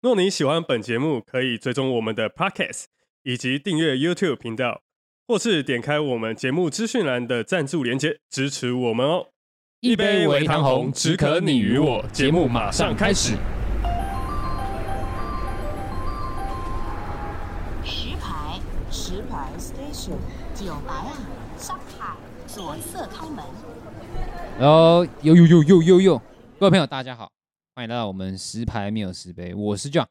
若你喜欢本节目，可以追踪我们的 Podcast 以及订阅 YouTube 频道，或是点开我们节目资讯栏的赞助连接支持我们哦。一杯微糖红，只可你与我。节目马上开始。石牌，石牌 station，九白啊，上海，左侧开门。然后呦呦呦呦呦呦，各位朋友大家好，欢迎来到我们十排没有十杯，我是 John。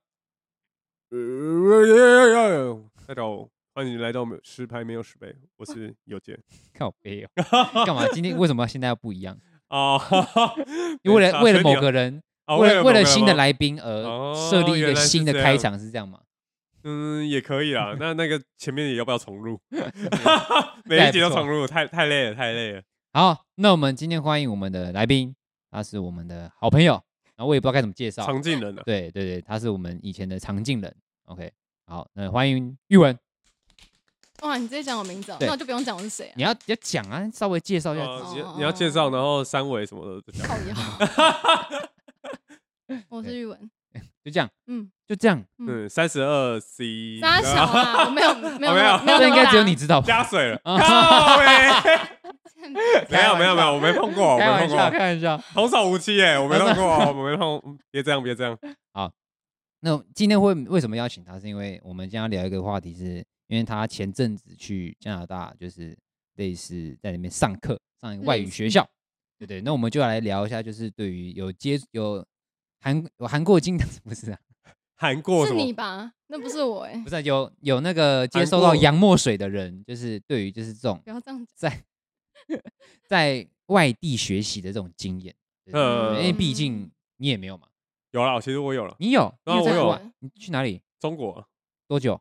呃，大家好，欢迎来到没有十拍没有十杯，我是有健。靠 背哦，干嘛？今天为什么现在要不一样？哦，因为为了为了某个人，啊，为了某为个了人新的吗，来宾而哦设立一原个来是新的这开样场，是这样吗？嗯，也可以 啦。那那个前面也要不要重录？ 那每也一集都不错重录，太太累了，太累了。好，那我们今天欢迎我们的来宾，他是我们的好朋友，然后我也不知道该怎么介绍。常进 人了，对对对，他是我们以前的常进人。OK，好，那欢迎玉文，哇，你直接讲我名字、哦，对那我就不用讲我是谁啊。你要要讲啊，稍微介绍一下自己。哦哦你你要介绍，然后三维什么的。嗯 靠你好，我是玉文，就这样，嗯，就这样，嗯，嗯，三十二 C，傻小啊，我没 有没有哦没有没有，这应该只有你知道吧？加水了。啊 靠北没开有玩没有没有，我没碰过，我开没玩碰笑，过，开玩笑。童叟无欺哎，我没碰 过，我没碰，嗯别这样别这样。那今天会为什么邀请他？是因为我们今天要聊一个话题是，因为他前阵子去加拿大，就是类似在那边上课，上一个外语类学校，对不对？那我们就来聊一下，就是对于有接有韩有韩国经的 不是啊，韩国是什你么？吧？那不是我哎、不是啊、有有那个接韩收到国洋墨水的人，就是对于就是这种不要这样讲。 在在外地学习的这种经验，对不对呃因为毕竟你也没有嘛，有啦，其实我有了，你有，你啊有我在国有外，你去哪里中国，多久？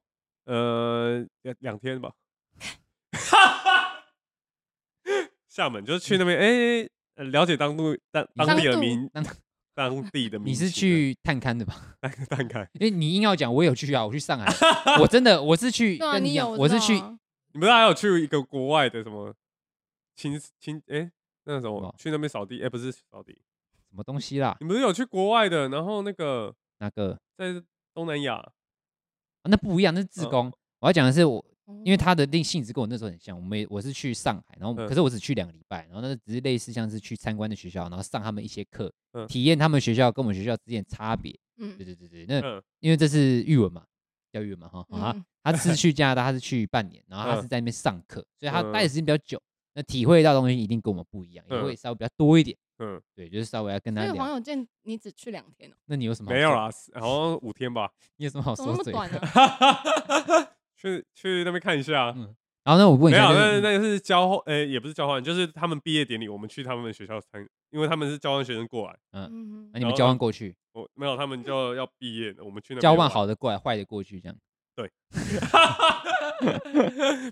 呃，两两天吧。 厦门就是去那边，哎、呃了解当地当嗯你当地当的地民当当地的民你情啊。是去探勘的吧？ 蛋看，因为你硬要讲，我有去啊，我去上海， 我真的我是去对啊，跟你一样有，我知是道去啊你不是还有去一个国外的什么亲亲哎那什什么么去那边扫地？哎、不是扫地，什么东西啦？你不是有去国外的？然后那个那个、啊在东南亚，那不一样，那是自嗯工。我要讲的是我，哦因为他的定性质跟我那时候很像，我们也我是去上海，然后嗯可是我只去两个礼拜，然后那只是类似像是去参观的学校，然后上他们一些课嗯，体验他们学校跟我们学校之间的差别。对嗯对对对，那嗯，因为这是玉文嘛，叫玉文嘛哈，啊，嗯他 是去加拿大，他是去半年，然后他嗯是在那边上课，所以他嗯待的时间比较久，那体会到的东西一定跟我们不一样，也嗯会稍微比较多一点。嗯，对，就是稍微要跟他所以聊黄。友健，你只去两天哦，那你有什么好没有说？啦，好像五天 吧。 你有什么好 怎么说那么嘴？短 啊？去去那边看一下，啊嗯然后呢，我问一没有，啊下，那就是那个是交换，呃，也不是交换，就是他们毕业典礼，我们去他们学校参，因为他们是交换学生过来，嗯那，你们交换过去，我没有，他们就要毕业，我们去那边交换玩，好的过来，坏的过去，这样。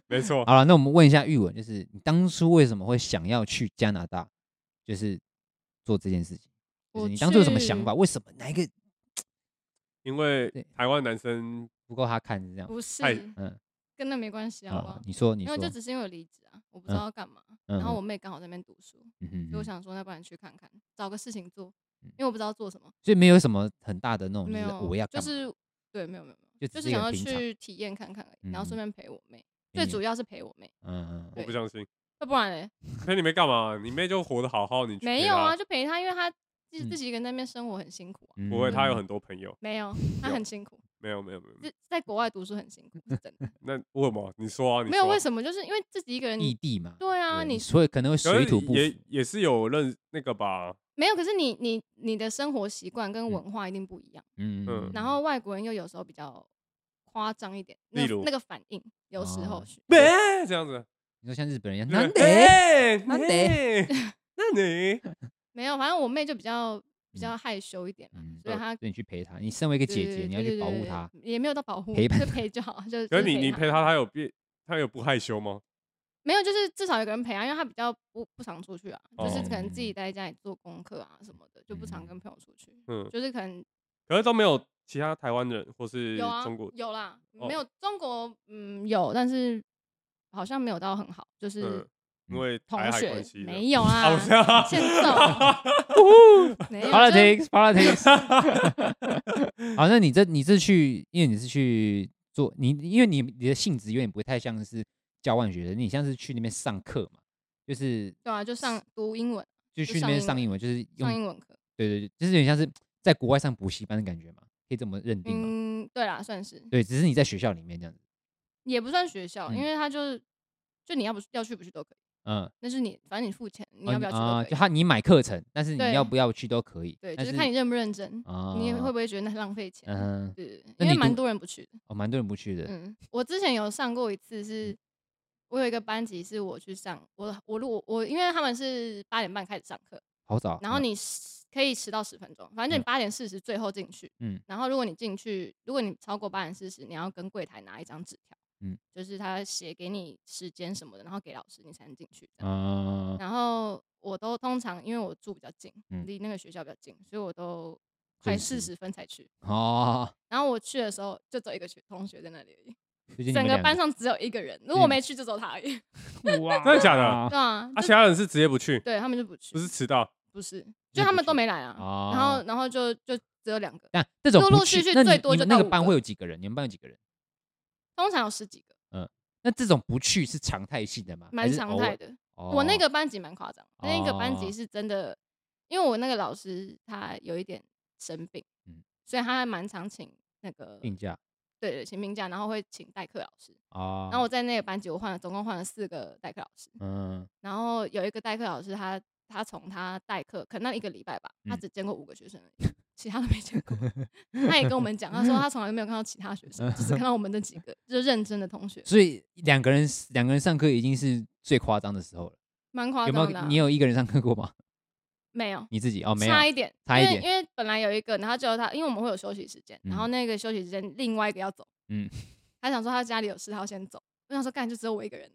没错，好了，那我们问一下玉文，就是你当初为什么会想要去加拿大，就是做这件事情？就是我你当初有什么去想法？为什么哪一个因为对台湾男生不够他看是这样？不是哎，嗯，跟那没关系，好不好好，？你说，你因说为，就只是因为我离职啊，我不知嗯道要干嘛，嗯然后我妹刚好在那边读书，嗯哼所以我哼想说，那不然去看看，找个事情做，嗯因为我不知道做什么。所以没有什么很大的那种，就没是有，我要就干嘛，是对，没有没有没就只有，就是是一个想要平常嗯去体验看看而已，然后顺便陪我妹，陪最你主要是陪我妹，嗯嗯我嗯不相信，要不然嘞陪你妹干嘛？你妹就活得好好，你去没陪有她啊，，就陪她，因为她自嗯自己一个人在那边生活很辛苦啊，嗯，不会，她有嗯很多朋友，没有，她有很辛苦，没有没有没有，没有就在国外读书很辛苦，是真 的那为什么？你说啊，你没有说啊为什么，就是因为自己一个人，异你地嘛，嗯对啊，对你所以可能会可水是土不服，也也是有认那个吧，没有，可是你你你的生活习惯跟嗯文化一定不一样，嗯，嗯然后外国人又有时候比较夸张一点，那例如那个反应有时哦候是哎，这样子，你说像日本人一样，对难不得对哎 难得哎那你没有，反正我妹就比较比较害羞一点嘛，嗯，所以他你去陪他，你身为一个姐姐，对你要去保护，对她，对对对也没有到保护，陪伴就陪就好， 就 可就是你你他陪他，他有变，他有不害羞吗？没有，就是至少有个人陪啊，因为他比较不不常出去啊，就是可能自己哦待在家里做功课啊什么的，就不常嗯跟朋友出去，嗯，就是可能可是都没有其他台湾人或是有啊中国，有啦，哦没有中国嗯有，但是好像没有到很好，就是嗯，因为同台海学关系的没有啊，啊我，知道欠揍， 没有，就是 politics 啊 politics。好，那你这你是去，因为你是去做你，因为你你的性质有点不太像是交换学生，你像是去那边上课嘛，就是对啊，就上读英文，就就去那上边英上文英文，就是用上英文课，对对对，就是有点像是在国外上补习班的感觉嘛，可以这么认定吗？嗯，对啦，算是对，只是你在学校里面这样子，也不算学校，因嗯为他就是就你要不要去不去都可以，嗯，那是你反正你付钱，你哦要不要去啊？都就可以，他你买课程，但是你对要不要去都可以，对，就但是看你认不认真。啊，你会不会觉得那浪费钱？嗯哼，对，那因为你蛮读多人不去的。哦，蛮多人不去的，嗯，我之前有上过一次是，嗯我有一个班级是我去上，我我如果我因为他们是八点半开始上课，好早。然后嗯你十可以迟到十分钟，反正嗯你八点四十最后进去，嗯嗯，然后如果你进去，如果你超过八点四十，你要跟柜台拿一张纸条，嗯嗯，就是他写给你时间什么的，然后给老师你才能进去。这样啊，然后我都通常因为我住比较近嗯，离那个学校比较近，所以我都快准四时十分才去。哦，然后我去的时候，就只有一个学同学在那里而已，最近整个 班上上只有一个人。如果我没去，就只有他而已。哇，真的假的对啊，啊，就其他人是直接不去，对他们就不去，不是迟到，不是，就就不他们去都没来啊哦。然后然后就就只有两个，但这种陆不陆去续续那最你多你就们那到个五班个会有几个人？你们班有几个人？通常有十几个，那这种不去是常态性的吗？还蛮是常偶态尔。的。哦我那个班级蛮夸张，那个班哦级是真的，因为我那个老师他有一点生病嗯，所以他还蛮常请那个病假对对请病假，然后会请代课老师。啊，然后我在那个班级，我换了总共换了四个代课老师。嗯然后有一个代课老师他，他从他代课可能那一个礼拜吧，他嗯只见过五个学生而已，其他都没见过。他也跟我们讲，他说他从来没有看到其他学生，只是看到我们这几个就认真的同学，所以两个人两个人上课已经是最夸张的时候了。蛮夸有没张的啊、有你有一个人上课过吗？没有？你自己哦，没有差一点，差一点因为因为本来有一个，然后就他，因为我们会有休息时间，然后那个休息时间另外一个要走，嗯嗯，他想说他家里有事，他要先走。我想说干就只有我一个 人，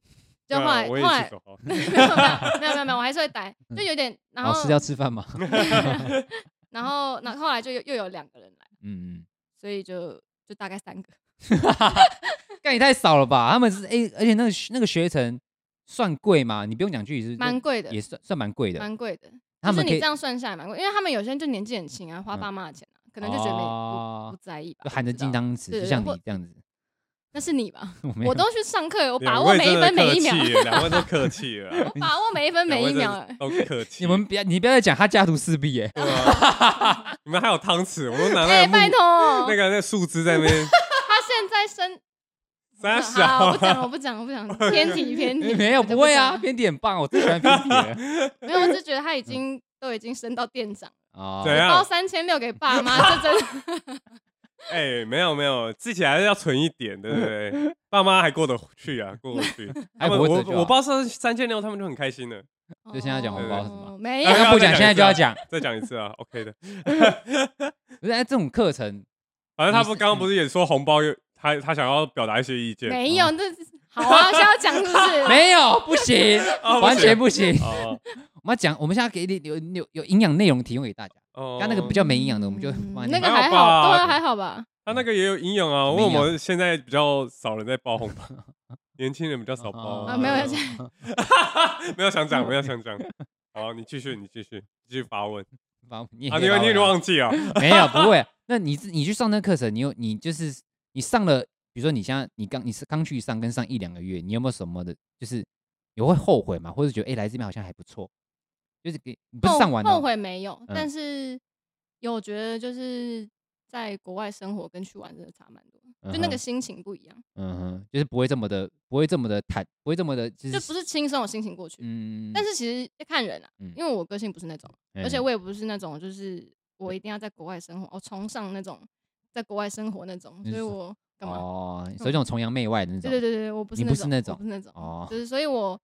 就对后啊来、我也后来是走好 没有没有没有没有没有，我还是会待，就有点然嗯老后师要吃饭吗？ 然后，那后来就又又有两个人来，嗯所以就就大概三个。嗯，干也太少了吧？他们是哎，而且那个学那个学程算贵吗？你不用讲距离是蛮贵的也算算蛮贵的。蛮贵的。他就是们你可以这样算下来蛮贵，因为他们有些人就年纪很轻啊，花嗯爸妈的钱啊，可能就觉得没哦不不在意吧，就含着不知道金。汤匙，对就像你或这样子。 那是你吧？我没有我都去上课，我把两握位每一真的分每一 秒，客，气了两位都客气了啊把握每一分每一秒两位真欸的。都客气。你们不要，你不要再讲他家徒四壁 耶！对啊你们还有汤匙，我都拿那哎，个木拜托，那个那个树枝在那边他现在 生撒 好我不讲，小，我不讲，我不讲，偏题偏 题。没有，我就不会嗯啊，讲偏点棒，我最喜欢偏 点没有，我只是觉得 他已经都已经升到店长，啊。怎样包三千六给爸妈，这真的。哎，没有没有，自己还是要存一点，对不 对？爸妈还过得去啊，过得去。他还们活我着我就好不知道是三千六，他们就很开心了。 就现在讲红包是吗哦没有哎，刚不讲，要再讲一次啊现在就要讲。再讲一次啊，OK 的。不是，哎，这种课 程反正他不刚刚不是也说红包又他他想要表达一些意见，没有，这是好啊，现在要讲是不 是？没有不行，哦完全不行。哦我们要讲，我们现在给你有有有营养内容提供给大家。哦 刚那个比较没营养的，我们就放在嗯那个还还好吧好，对啊，还好吧。他那个也有营养啊，什因么为营养我们现在比较少人在包红 包，年轻人比较少 包啊哦啊没有要讲 没有想讲，没有想 讲。好，你继续，你继续，继续发问好你也啊！可你以把你我已经拉忘记啊？没有，不会。那你自你去上那课程，你有你就是你上了，比如说你现在你刚你是刚去上，跟上一两个月，你有没有什么的，就是你会后悔吗？或者觉得哎、诶来这边好像还不错，就是给不是后上完了后悔没有，嗯但是有觉得就是在国外生活跟去玩真的差蛮多，就那嗯个哼心情不一样，嗯哼，就是不会这么的，不会这么的坦，不会这么的，就是就不是轻松的心情过去。嗯，但是其实要看人啊嗯，因为我个性不是那种，而且嗯我也不是那种就是我一定要在国外生活，我崇尚那种在国外生活那种，你是所以说我干嘛？哦，所以这种崇洋媚外的那种，啊对对对对，我不是你那不种，是那我种不是那种，哦就是所以我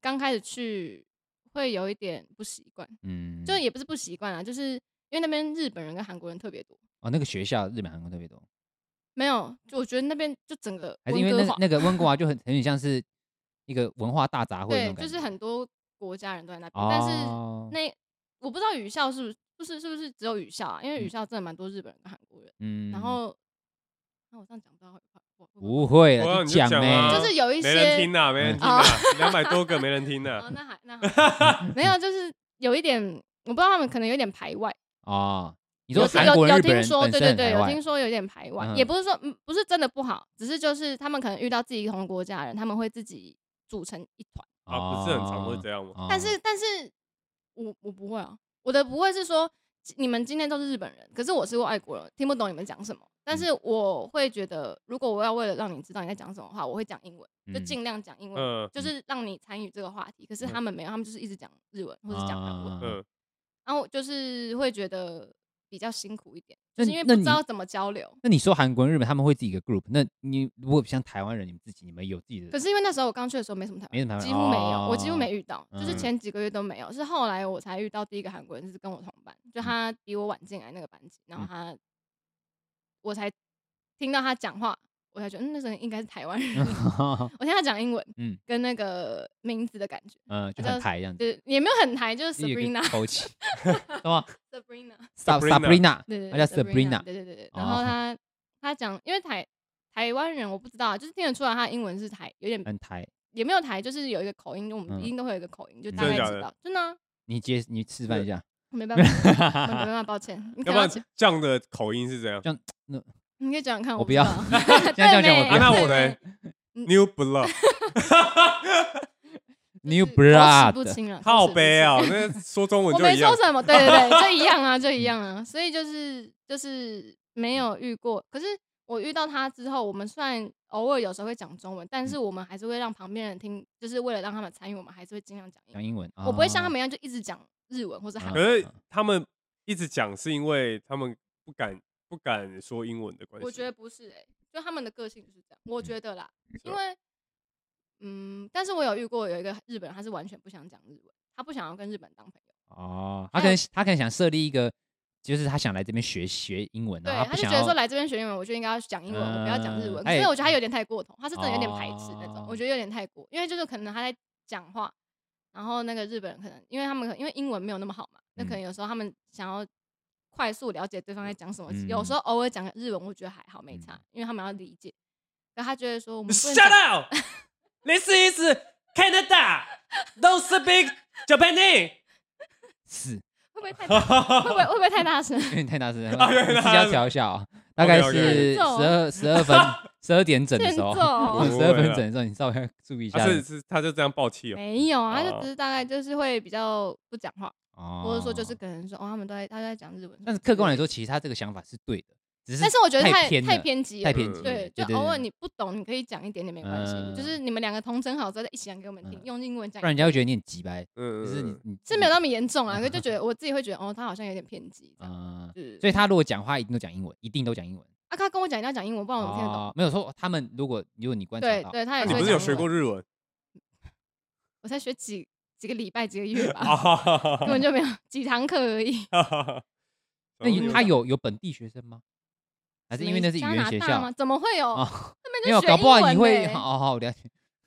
刚开始去会有一点不习惯，嗯，就也不是不习惯啦，就是因为那边日本人跟韩国人特别多。哦，那个学校日本、韩国特别多，没有，就我觉得那边就整个还是因为温哥那华，那个温哥华就很很有点像是一个文化大 杂烩那对，种感觉，就是很多国家人都在那边，但是哦，那我不知道语校是不是不是是不是只有语校啊？因为语校真的蛮多日本人跟韩国人，嗯然后那我这样讲不知道会不会不会我了，让你讲讲啊呢，就是有一没人些听呐，没人听呐，两百多个没人听哦，呐。那还那还 没有，就是有一点，我不知道他们可能有点排外。啊，你有说韩国人、有有日本听人说，本对身很对对，排有外听说有点排外，嗯也不是说嗯不是真的不好，只是就是他们可能遇到自己同国家的人，他们会自己组成一团。啊，不是很常会这样，样吗？哦但是但是我我不会啊，我的不会是说你们今天都是日本人，可是我是外国人，听不懂你们讲什么。嗯但是我会觉得，如果我要为了让你知道你在讲什么的话，我会讲英文，就嗯尽量讲英文，嗯就是让你参与这个话题。可是嗯他们没有，他们就是一直讲日文或者讲韩文。啊嗯，然后我就是会觉得比较辛苦一点，那就是因为那不知你道怎么交流。那你说韩国人、日本他们会自己一个 group，那你如果像台湾人，你们自己你们有自己的，可是因为那时候我刚去的时候没什么台湾没什么台湾人，几乎没有，我几乎没嗯哦遇到，就是嗯前几个月都没有，是后来我才遇到第一个韩国人，是跟我同班，就他比我晚进来那个班级，然后嗯。他我才听到他讲话，我才觉得嗯那时候应该是台湾人 我听他讲英文，嗯嗯，跟那个名字的感觉， 嗯，就就很是排这样子，对，也没有很台，就是自己有一个 Sabrina，Sabrina， 口气，什么 Sa- Sabrina Sabrina，对对，啊他叫 Sabrina 对对对对。哦 然后他他讲，因为台台湾人我不知道啊，就是听得出来他英文是台，有点很台。也没有台，就是有一个口音，我们哎嗯一定都会有一个口音，就嗯大概真的假知的道。真的啊，你接你示范一下，我没办 法，我没办法，抱歉。 你可要不以要然讲，这样的口音是怎样这样你可以讲讲看，我不嗯不知要道 现在这样讲我对不啊？要那我对的嗯 New Blood 就 New 是口齿 Blood，不清了，靠背背啊，那说中文我就没一样说。 什么，对对对，就一样啊，嗯就一样啊。所以就是就是没有遇过，可是我遇到他之后，我们虽然偶尔有时候会讲中文，嗯但是我们还是会让旁边人听，就是为了让他们参与，我们还是会尽量讲英讲文。英文，我不会像哦他们一样就一直讲日文或者韩可文，是他们一直讲，是因为他们不敢不敢说英文的关系。我觉得不是哎、就他们的个性就是这样，我觉得啦，是因吧为嗯，但是我有遇过有一个日本人，他是完全不想讲日文，他不想要跟日本当朋友，哦，他还可能有他可能想设立一个，就是他想来这边学学英文，然对后，他不就想觉得说要来这边学英文，我就应该要讲英文，我不要讲日文。嗯可哎是我觉得他有点太过头，他是真的有点排斥那哦种，我觉得有点太过，因为就是可能他在讲话，然后那个日本人可能因为他们可因为英文没有那么好嘛，那嗯可能有时候他们想要。快速了解对方在讲什么，嗯有时候偶尔讲个日文，我觉得还好，没差，因为他们要理解。可他觉得说我们不能 Shut 讲 up! This is Canada. Don't speak Japanese. 四，会不会太大会不会会不会太 大声？有点太大声了，啊有点自大己要声调一下啊，大概 OK，OK 是十欠揍二十二分十二点整的欠时候，揍十不会二分啦整的时候，你稍微要注意一他下啊是是他就这样爆气哦。没有啊，他就哦只是大概就是会比较不讲话，哦，或者说就是可能说哦，他们都在他都在讲日文。但是客观来说，说，其实他这个想法是对的，只是但是我觉得太偏太了偏激太了。偏嗯激了，对，就对偶尔对你不懂，你可以讲一点点没关系嗯，就是你们两个同声好之后再一起讲给我们听嗯，用英文讲不然人家会觉得你很急掰，嗯，就是你嗯你是没有那么严重啊，可是就 觉得我自己会觉得哦，他好像有点偏激这样。啊，对所以他如果讲话一定都讲英文，一定都讲英文，啊，他跟我讲一定要讲英文，不然我听得懂。哦没有说他们如果如果你观察对到，对，他也嗯是你会不是讲有英学过文？日文我才学几几个礼拜几个月哦 啊？吧， 根本就没有几堂课而已。那有他有有有本地学生吗？还是因为那是语加拿言学大校吗？怎么会有？啊？那没边有，就学搞不好你英文会欸哦呢好好了解。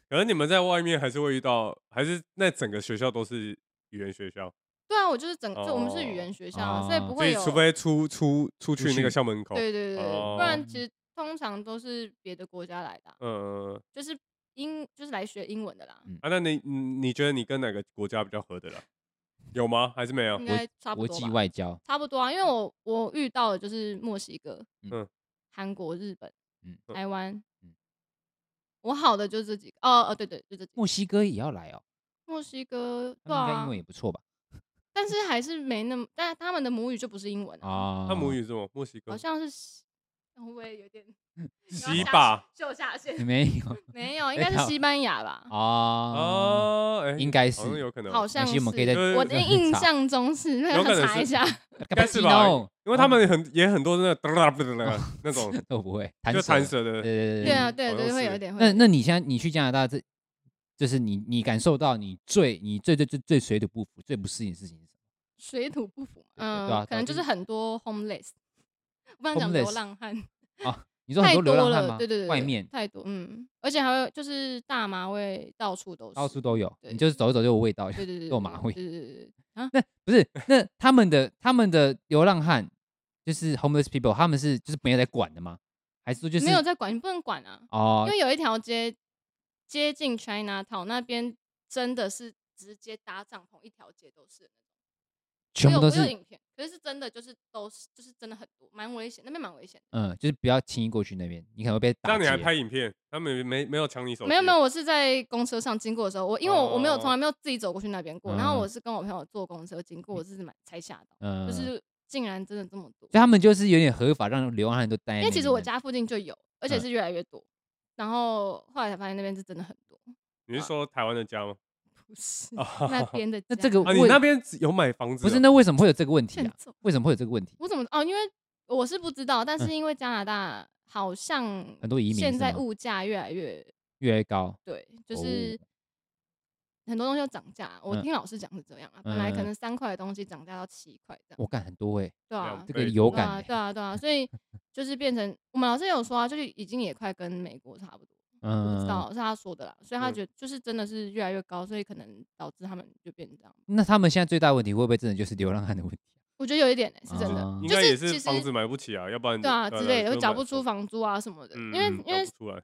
可能你们在外面还是会遇到，还是那整个学校都是语言学校，对啊，我就是整就我们是哦语言学校啊，所以哦不所会以有。除非出出出去那去个校门口，对对对对，哦不然其实通常都是别的国家来的啊、嗯，就是英就是来学英文的啦，啊，那你你你觉得你跟哪个国家比较合得来？有吗？还是没有嗯应？该差不国多际吧，外交，差不多啊。因嗯为我我遇到的就是墨西哥、嗯嗯、韩国、日本、嗯嗯、台湾，嗯嗯，我好的就是这几个，哦哦对对，就这几个。墨西哥也要来哦，墨西哥他对们应该啊英文，也不错吧？但是还是没那么，但他们的母语就不是英文啊，啊，他母语是什么？墨西哥好像是西会不会有点西吧？秀下 限？你没 有哦没 有，应该是西班牙吧？啊？哦，哎应该是好像有可能，好没像关系，是我们可以 再对我 的印象中是，那有可能 要查一是下。应应该是吧哦因为他们很也很多那个那种都不会，就 弹舌舌，对的，对对啊，对好对，像会有是 一点会有那一点。那你现在你去加拿大这，就是你你感受到你最你最最最最最水土不服、最不适应的事情是什么？水土不服嘛，对对啊嗯，可能就是很多 homeless，我不想讲 Homeless 流浪汉，哦你说很太流浪汉了，吗？对对对，外对面太多，嗯，而且还有就是大麻味到处都是，到处都有，对你就是走一走就有味道。对对对，都有对马味对对对对，那不是那他们的他们的流浪汉就是 homeless people，他们是就是没有在管的吗？还是说就是没有在管，你不能管啊，哦因为有一条街接近 China Town 那边真的是直接搭帐篷，一条街都是。全部都我有我有是影片，可是是真的就是都是就是真的很多，蛮危险，那边蛮危险的。嗯，就是不要轻易过去那边，你可能会被打那劫。你还拍影片？他们没没有抢你手机？没有没有，，我是在公车上经过的时候，我因为我我没有从来没有自己走过去那边过，然后嗯我是跟我朋友坐公车经过，我是蛮才吓到，嗯，嗯嗯就是竟然真的这么多所以。他们就是有点合法，让流浪汉都待在那因里面。为其实我家附近就有，而且嗯是越来越多，然后后来才发现那边是真的很多，你是说台湾的家吗？不是那 啊，边的家。哦那这个啊你那为边有买房子哦？不是那为什么会有这个问题欠啊？揍。为什么会有这个问题？我怎么哦？因为我是不知道，但嗯是因为加拿大好像很多移民现是在吗物价越来越越来越高，对，就是很多东西都涨价。我嗯听老师讲是这样啊，本嗯来可嗯嗯能三块的东西涨价到七块这样，我干很多哎、对啊两，这倍个对有对感、啊，欸。对啊，对啊，所以就是变成我们老师有说啊，就是已经也快跟美国差不多，我不知嗯，道是他说的啦，所以他嗯觉得就是真的是越来越高，所以可能导致他们就变这样。那他们现在最大的问题会不会真的就是流浪汉的问题？我觉得有一点欸是真的，啊应就该是也其是实房子买不起啊，要不然对啊之类的，会缴不出房，房租啊什么的，嗯因为嗯因为缴不出来，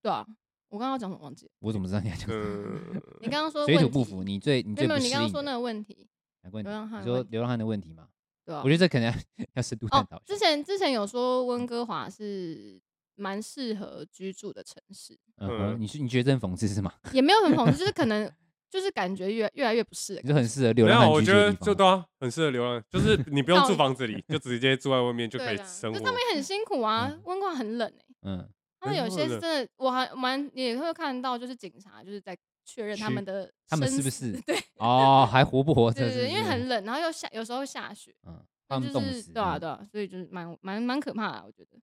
对啊，我刚刚讲什么忘记了？我怎么知道你要讲嗯，你刚刚说水土问不题服？，你最你没最有没不有，适你应刚刚说那的个问题，哪个问题？流浪汉你的说问题流浪汉的问题吗？对啊我觉，得这可能要深度探哦讨一，下。之前之前有说嗯温哥华是蛮适合居住的城市，嗯哼，你是你觉得这很讽刺是吗？ 也没有很讽刺，就是可能就是感觉越越来越不适你。就很适合流没浪汉有，我居觉住的得地方就对啊，很适合流 浪，就是你不用到住房子里，就直接住在外 面就可对以啦，生就活他。们也很辛苦啊嗯，温哥华很冷哎，嗯，他们有很些是冷真的，我还蛮也会看到，就是警察就是在确认他区们的他们生是不死是 对哦，还活不活着对是不对，是？因为很冷，然后又下有时候会下雪，嗯，那他们就嗯冻是死。对啊对啊，所以就是蛮蛮蛮可怕的，我觉得，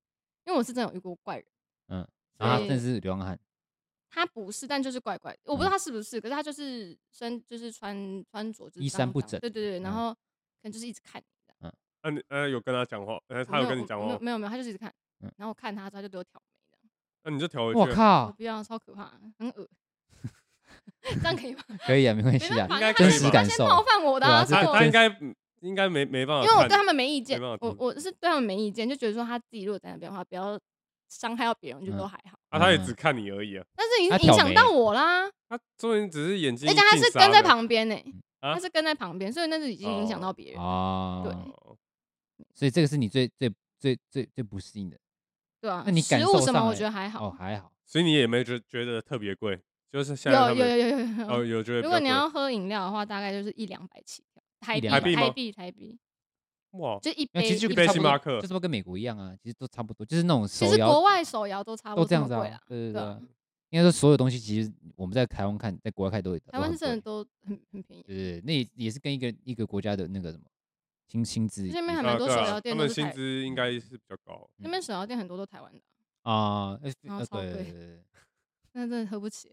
因为我是真的有遇过怪人，嗯，所然后他以真的是嗯流浪汉，他不是，但就是怪怪的，我不知道他是不是，可是他就是身就是穿穿着就是衣衫脏不脏整对对对，嗯然后可能就是一直看你这样，啊，你呃有跟他讲话，呃我他没有跟你我讲没话有，没有没有，他就是一直看嗯，然后我看他之后他就对我挑眉这样，那你就调回去我啊。我靠，不要，超可怕，很恶， 这样可以吗？可以啊，没关没系办啊，法，应该他可以们吧他感受先冒犯我的啊，对所啊以他这他我应该应该没没办法因看，为我对他们没意见，没办我法听我是对他们没意见，就觉得说他自己如果在那边的话，不要伤害到别人，就都嗯还好。啊，他也只看你而已啊，但是他影挑影响眉到我啦，他说明只是眼睛而且进他杀的，是跟在旁边呢、啊他是跟在旁边，所以那是已经影响到别人。啊，对哦。所以这个是你最最最最最不适应的对啊，那你感食受物什么上我来觉得还好。哦，还好，所以你也没觉觉得特别贵，就是现在他有有们有有有哦有觉得比较贵，如果你要喝饮料的话，大概就是一两百起跳，台一币两百台吗币台币，哇，就一没有，杯其实就一杯差不星多巴克就是不多跟美国一样啊，其实都差不多，就是那种手其实摇国外手摇都差不都多这样么子贵啊啦，。对对对对啊啊，应该说所有东西其实我们在台湾看，在国外看都有，台湾是真的很贵，都很很便宜，就是那也也是跟一个一个国家的那个什么薪薪资这边也还是蛮啊多对啊手摇店他都们是薪台资应该是比较高。嗯那边手摇店很多都台湾的，啊，呃然后呃超对贵对对对，那真的喝 不起。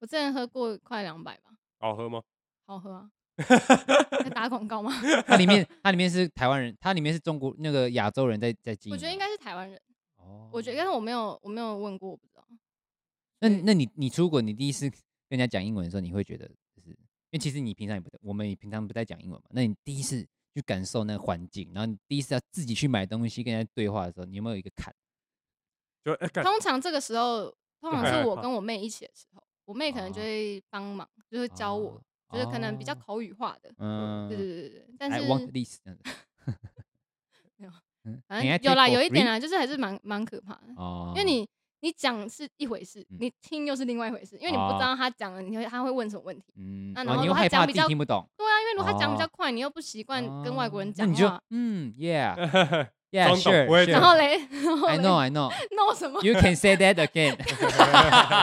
我之前喝过快两百吧，好喝吗？好喝啊。在打广告吗？它里面它里面是台湾人，它里面是中国那个亚洲人在在经营我吗。觉得应该是台湾人，嗯哦，我觉得，但是我没有，我没有问过，我不 知道。那你那你你出国，你第一次跟人家讲英文的时候，你会觉得就是，因为其实你平常也不，我们也平常不太讲英文嘛。那你第一次去感受那个环境，然后你第一次要自己去买东西跟人家对话的时候，你有没有一个坎？就哎干，通常这个时候，通常还是我好跟我妹一起的时候，我妹可能就哦会帮忙，就会教我，哦就是可能比较哦口语化的。嗯，对对对对对，但 I want 是 this 这样子。没有嗯，反 Can I 正有啦， take for 有一点 free？啦，就是还是蛮蛮可怕的，哦，因为你你讲是一回事，嗯你听又是另外一回事，因为你不哦知道他讲了，你会他会问什么问题。嗯，那哦啊然后你如又果他害怕讲自比己较听不懂，对啊，因为如果他讲比较哦快，你又不习惯跟外国人哦讲那你就话，嗯，yeah 装 yeah 懂 sure 不会 sure，然后嘞，然后 I 嘞 know I know。 no 什么？ You can say that again， 然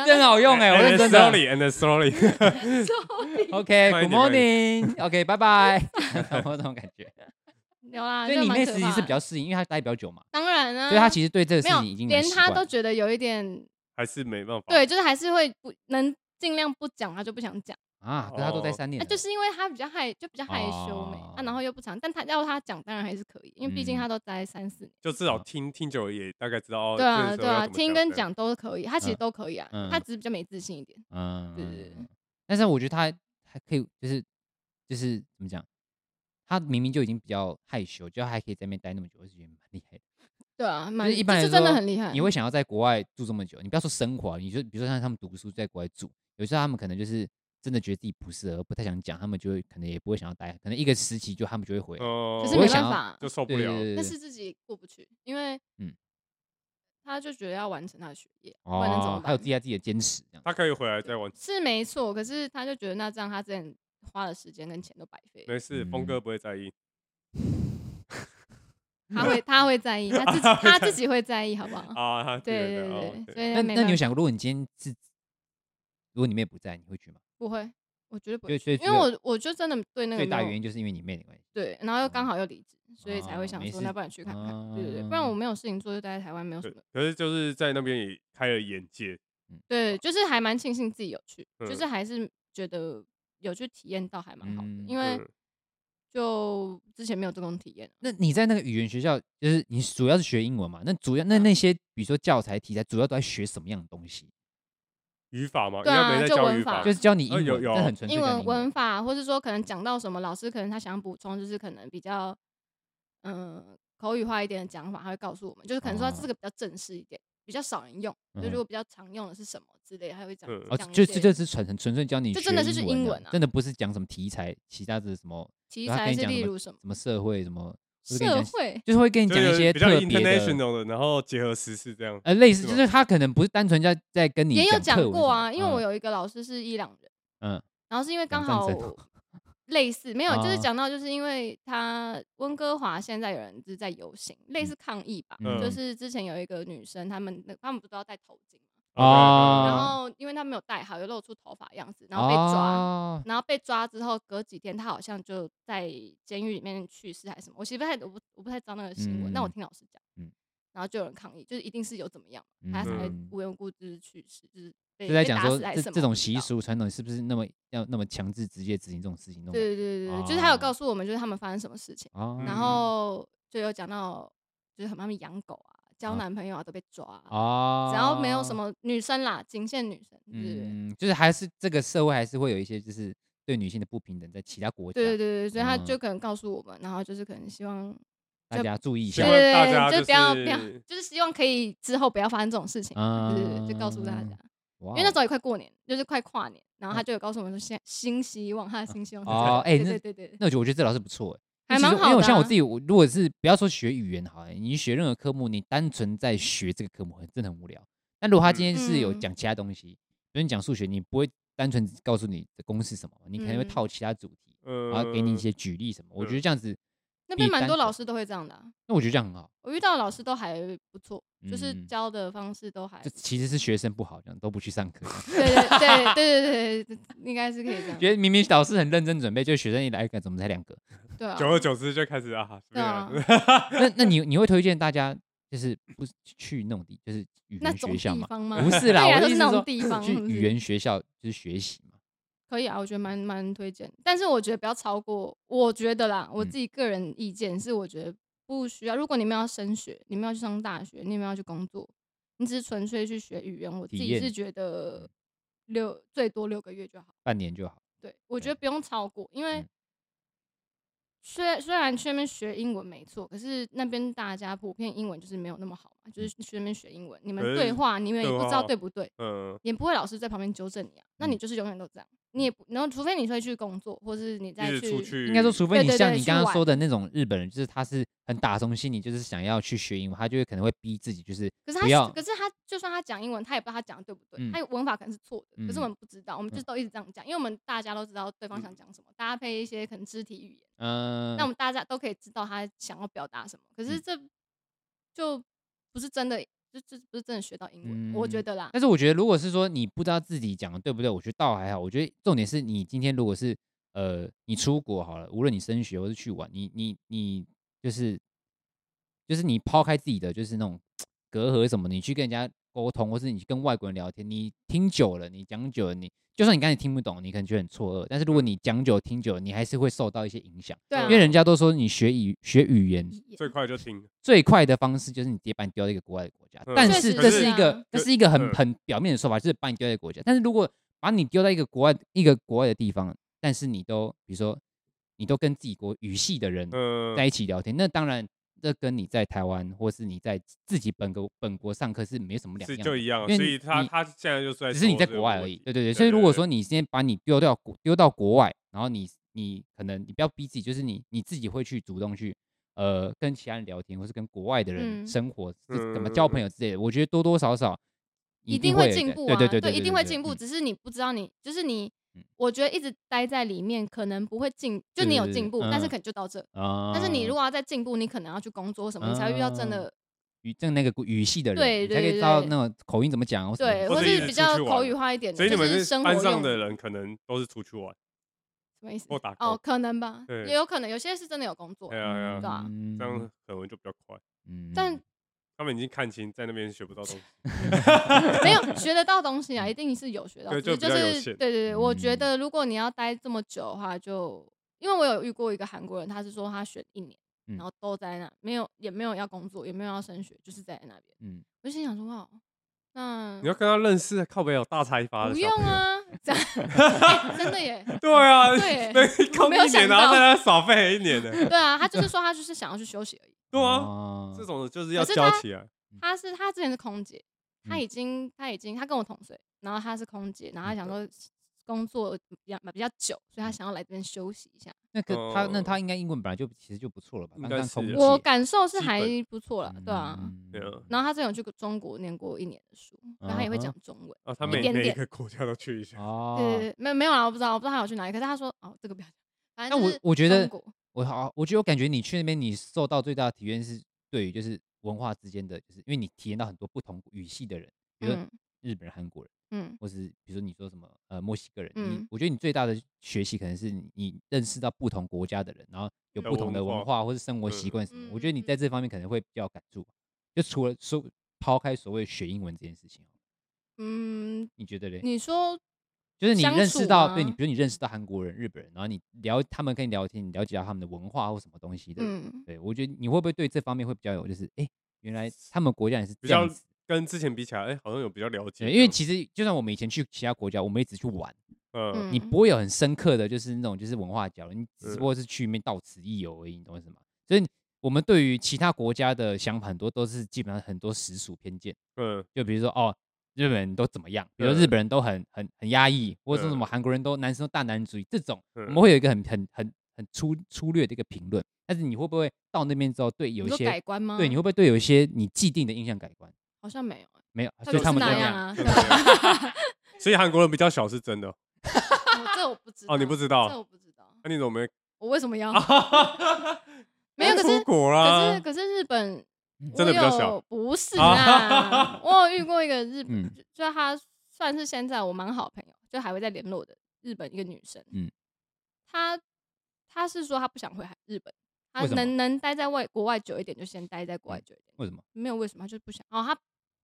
后真好用哎、我认 and 真的。 slowly and slowly，慢一 OK，Good、点慢一 morning，OK，、拜拜。 我这种感觉，有啦，所以这你蛮妹可实际怕是的比较适应，因为她待比较久嘛，当然啊，所以她其实对这个事没有情已经连很习他惯哦都觉得有一点还是没办法。对，就是还是会不能尽量不讲，他就不想讲。啊，可是他都待哦三年啊，了，就是因为他比较害，就比较害羞没、哦啊，然后又不长，但他要他讲当然还是可以，因为毕竟嗯他都待三四年。就至啊少听听久了也大概知道。哦对这个啊，时对候要啊，怎么听跟这样讲都可以，他其实嗯都可以啊，嗯他只是比较没自信一点。嗯，对嗯对对嗯但是我觉得他还可以，就是就是怎么讲，他明明就已经比较害羞，就还可以在那边待那么久，我是觉得蛮厉害的。对啊，就蛮是一般来这是真的说很厉害。你会想要在国外住这么久，你不要说生活啊，你就比如说像他们读书在国外住，有时候他们可能就是真的觉得自己不适合，不太想讲，他们就会可能也不会想要待，可能一个时期就他们就会回来。哦，可我是会没想办要法，就受不对对了。对对但对是自己过不去，因为嗯他就觉得要完成他的学业，不然能怎么哦，还有办自？己在自己的坚持这样。他可以回来再玩，是没错，可是他就觉得那这样他之前花的时间跟钱都白费，没事，嗯峰哥不会在意。他会他会在意，他自己他 自己会在意，好不哦好？啊，他自己对觉对得哦对对对，所以那哎没那办你有法想过，如果你今天是，如果你妹不在，你会去吗？不会，我绝对不就会，所以因为我我就真的对那个最大没有原因就是因为你妹的关系。对，然后又刚好又离职，所以才哦会想没说事那不然去看看，对对对，不然嗯我没有事情做就待在台湾，没有什对么。可是就是在那边也开了眼界，对，就是还蛮庆幸自己有去，就是嗯还是觉得有去体验到还蛮好的，嗯因为嗯就之前没有这种体验啊。那你在那个语言学校，就是你主要是学英文嘛？那主要嗯那那些，比如说教材题材，主要都在学什么样的东西？语法嘛，应对该啊没在就教文语法法，就是教你英呃文，有有这很纯粹英教你文文法，或是说可能讲到什么，老师可能他想要补充，就是可能比较嗯、呃口语化一点的讲法，他会告诉我们，就是可能说哦这个比较正式一点，比较少人用，就嗯哼如果比较常用的是什么之类的，他会讲嗯哦，讲一就些就就是纯纯纯粹教你学就英真文啊，的就是英文啊真的不是讲什么题材，其他的什么题对他跟材你是讲例什么如什么什么社会什么，就是跟你社讲会，就是会跟你就讲一有些比较特别的， international 的，然后结合时事这样。呃，类似是就吗是他可能不是单纯在在跟你也有讲课讲文过啊，什么因为我嗯有一个老师是伊朗人，嗯然后是因为刚讲战好争 类似没有，就是啊讲到就是因为他温哥华现在有人就是在游行，类似抗议吧，嗯就是之前有一个女生，他们那他们不都要戴头巾吗？哦然啊后因为她没有戴好，有露出头发样子，然后被抓。哦然后被抓之后，隔几天她好像就在监狱里面去世还是什么，我其实不太我不我不太知道那个新闻，但我嗯听老师讲，嗯然后就有人抗议，就是一定是有怎么样。他才会嗯无缘无故就是去世，就是被就在被讲打说死还这是什么这种我不知习道。俗传统是不是那么要那么强制直接执行这种事情？那种对对对对对，就是他有告诉我们就是他们发生什么事情，哦然后就有讲到就是很他们养狗啊、交啊男朋友啊都被抓啊、哦，只要没有什么女生啦，仅限女生，对对对。嗯，就是还是这个社会还是会有一些就是对女性的不平等，在其他国家，对对对对，所以他嗯就可能告诉我们，然后就是可能希望，大家注意一希下对望。大家对对，就就不要不要是，就是希望可以之后不要发生这种事情，对对对，就告诉大嗯家，因因为那时候也快过年，就是快跨年，然嗯后他就有告诉我们说新新希望， 他的新希望是这哦样，哎对那对对对，那我觉得我觉得这老师不错欸，还因为其蛮实因好为我的像我啊自己，我如果是不要说学语言好了，你学任何科目，你单纯在学这个科目，很真的很无聊。但如果他今天是有嗯讲其他东西，比如你讲数学，你不会单纯只告诉你的公式什么嘛，你可能会嗯呃套其他主题，嗯，然后给你一些举例什么。我觉得这样子，那边比蛮单多老纯师都会这样的啊、那我觉得这样很好，我遇到的老师都还不错，就是嗯教的方式都还就，其实是学生不好，这样都不去上课这样。 对对对对对对，应该是可以这样，觉得明明老师很认真准备，就学生一来，哎怎么才两个？对啊，久而久之就开始啊，随对便啊啊，那那你你会推荐大家就是不是去那种地，就是语那言种学校地嘛？方吗？不是啦，对啊我的都意是思那说种地方，去是不是语言学校就是学习嘛。可以啊，我觉得蛮蛮推荐，但是我觉得不要超过，我觉得啦，我嗯自己个人意见是，我觉得不需要。如果你们要升学，你们要去上大学，你们要去工作，你只是纯粹去学语言，我自体己验嗯是觉得六最多六个月就好。半年就好。对，我觉对得不用超过，因为嗯虽虽然去那边学英文没错，可是那边大家普遍英文就是没有那么好嘛，嗯就是去那边学英文，你们可对是话你们也对不话知道对不对，嗯，也不会老师在旁边纠正你啊，那你嗯就是永远都这样，你也不，然后除非你会去工作，或是你一再直出去。去，应该说，除非对你对像对你去刚刚玩说的那种日本人，就是他是很打从心里就是想要去学英文，他就会可能会逼自己，就是可是不要他，可是他，就算他讲英文，他也不知道他讲的对不对，嗯他文法可能是错的，可是嗯我们不知道，我们就是都一直这样讲，因为我们大家都知道对方想讲什么，搭配一些可能肢体语言。嗯那我们大家都可以知道他想要表达什么。可是嗯这就不是真的，就这不是真的学到英文，我觉嗯得啦。但是我觉得，如果是说你不知道自己讲的对不对，我觉得倒还好。我觉得重点是你今天如果是呃，你出国好了，无论你升学或是去玩，你你你就是就是你抛开自己的就是那种隔阂什么，你去跟人家沟通，或是你跟外国人聊天，你听久了，你讲久了，你就算你刚才听不懂，你可能觉得很错愕，但是如果你讲久听久，你还是会受到一些影响。对啊因为人家都说你学语学语言最快就 听，最快的方式就是你直接把你丢到一个国外的国家，嗯但确是实这是是一啊个这就是一个很嗯很表面的说法，就是把你丢到一个国家。但是如果把你丢到一个国外一个国外的地方，但是你都比如说你都跟自己国语系的人嗯在，一起聊天，那当然这跟你在台湾或是你在自己本国本国上课是没什么两是样的，就一样，因为所以他你他现在就是在，只是你在国外而已。对对对，所以如果说你今天把你丢掉国丢到国外，然后你你可能你不要逼自己，就是你你自己会去主动去呃跟其他人聊天，或是跟国外的人嗯生活，就是怎么嗯交朋友之类的，我觉得多多少少一定定会会有进改步对啊，对对对，一定对会对进步，嗯只是你不知道你，就是你嗯，我觉得一直待在里面可能不会进，就对你对有对进步，嗯但是可能就到这。啊。但是你如果要再进步，你可能要去工作什么，你才会遇到真哦的语正那个语系的人，你对才对可以对知道对那种口音怎么讲，或什么对，之或或者类一直是的比出较去玩口语化一点的，所以你就们是这生活班上用的人可能都是出去玩，什么意思？或打工哦，，可能吧，对也有可能有些是真的有工作哎，呀哎呀对啊嗯这样可能就比较快。嗯但他们已经看清，在那边学不到东西， 没有学得到东西啊，一定是有学到，对只是就就比较有是对限对对，我觉嗯得如果你要待这么久的话，就因为我有遇过一个韩国人，他是说他选一年，嗯然后都在那，没有也没有要工作，也没有要升学，就是在那边，嗯，我就心想说哇，那你要跟他认识，靠北有大财阀的嗯不小用朋友， 啊，这样哎真的耶，对啊， 对对，我刚没有一年想然后在到那少费一年的， 对啊，他就是说他就是想要去休息而已，对啊，啊这种的就是要可是教他起来，他是他之前是空姐，他嗯已经他已经他跟我同岁，然后他是空姐，然后他嗯想说工作比较比较久，所以他想要来这边休息一下。那个他那哦他应该英文本来就其实就不错了吧？应当该当是空啊姐我感受呃是基还本不错了，对啊。嗯对啊。然后他之前有去中国念过一年的书，然后他也会嗯哼讲中文。啊，他一每点每一点个国家都去一下，哦，对对对，没有没有啦，我不知道，我不知道他有去哪里。可是他说哦，这个不要讲。反正但就我是我觉得中国我好，我觉得我感觉你去那边，你受到最大的体验是对于就是文化之间的，就是因为你体验到很多不同语系的人，比如说嗯日本人、韩国人，嗯或是比如说你说什么呃墨西哥人，你嗯我觉得你最大的学习可能是你你认识到不同国家的人，然后有的不同的文文化化或是生活习嗯惯什么，我嗯觉得你嗯在这方面可能会比较有感触。就除了说抛开所谓学英文这件事情，哦嗯，你觉得嘞？你说就是你相认识处到，对吗你，比如你认识到韩国人、日本人，然后你聊他们跟你聊天，你了解到他们的文化或什么东西的，嗯对我觉得你会不会对这方面会比较有，就是哎、诶原来他们国家也是比这样较子。跟之前比起来，哎，好像有比较了解这对，样。因为其实就算我们以前去其他国家，我们也只去玩，嗯，你嗯不会有很深刻的，就是那种就是文化交流，你只嗯不过是去面到此一游而已，你懂我意思吗？所以我们对于其他国家的想法很多都是基本上很多实属偏见，嗯就比如说哦，日本人都怎么样，比如嗯说日本人都很很很压抑，或者说什嗯么韩国人都男生都大男子主义这种，我嗯们会有一个很很很很粗粗略的一个评论。但是你会不会到那边之后对有你一说些改观吗？对，你会不会对有一些你既定的印象改观？好像没有欸，没有，他所以就他是们都那那样样。啊。对对对 啊所以韩国人比较小是真的。哦这我 不知道。哦，你不知道这，我不知道。那你怎么没？我为什么要？啊没没有， 可 出是国可是啦。可是日本嗯我真的比较小有 不是啊啊，我有遇过一个日本嗯，就就他算是现在我蛮好的朋友，就还会再联络的日本一个女生。嗯嗯，她她是说她不想回日本，她为什么嗯能能待在外国外久一点就先待在国外久一点，为什么？没有为什么，她就是不想。哦，她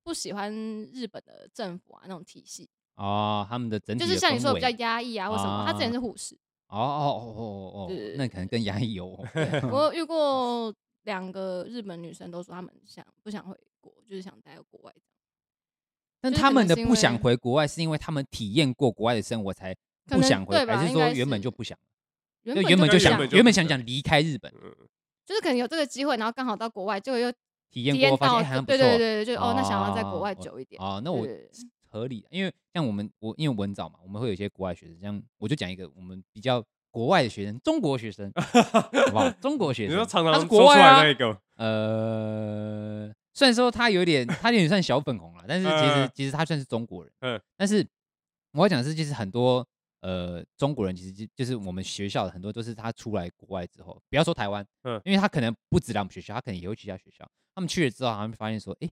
不喜欢日本的政府啊那种体系，哦，他们的整体就是的像你氛说的比较围压抑啊或什么。她之前是护士，哦哦哦哦哦对对哦对，那可能更压抑 哦。我有遇过两个日本女生都说她们想不想回国，就是想待在国外。但就是他可们能的是因不想为回国外，是因为他们体验过国外的生活才不可能想回对，吧还是应说该原本是就不想？原就本原本不就原想本，就不原本想想讲离开日本，嗯就是可能有这个机会，然后刚好到国外，就又体体验验过发现到哎好这，像不对错。对对对，就哦，那想要在哦国外我久一点。哦，那我对对对合理的，因为像我们我因为文藻嘛，我们会有一些国外学生，像我就讲一个我们比较国外的学生，中国学生，好不好？中国学 你生，说常他常是说国出外来那啊一，个，呃，虽然说他有点他有点算小粉红了，但是其实、嗯其实他算是中国人，嗯但是我要讲的是，就是很多。呃，中国人其实就就是我们学校的很多都是他出来国外之后，不要说台湾，嗯因为他可能不止来我们学校，他可能也会去其他学校。他们去了之后，他们发现说，哎、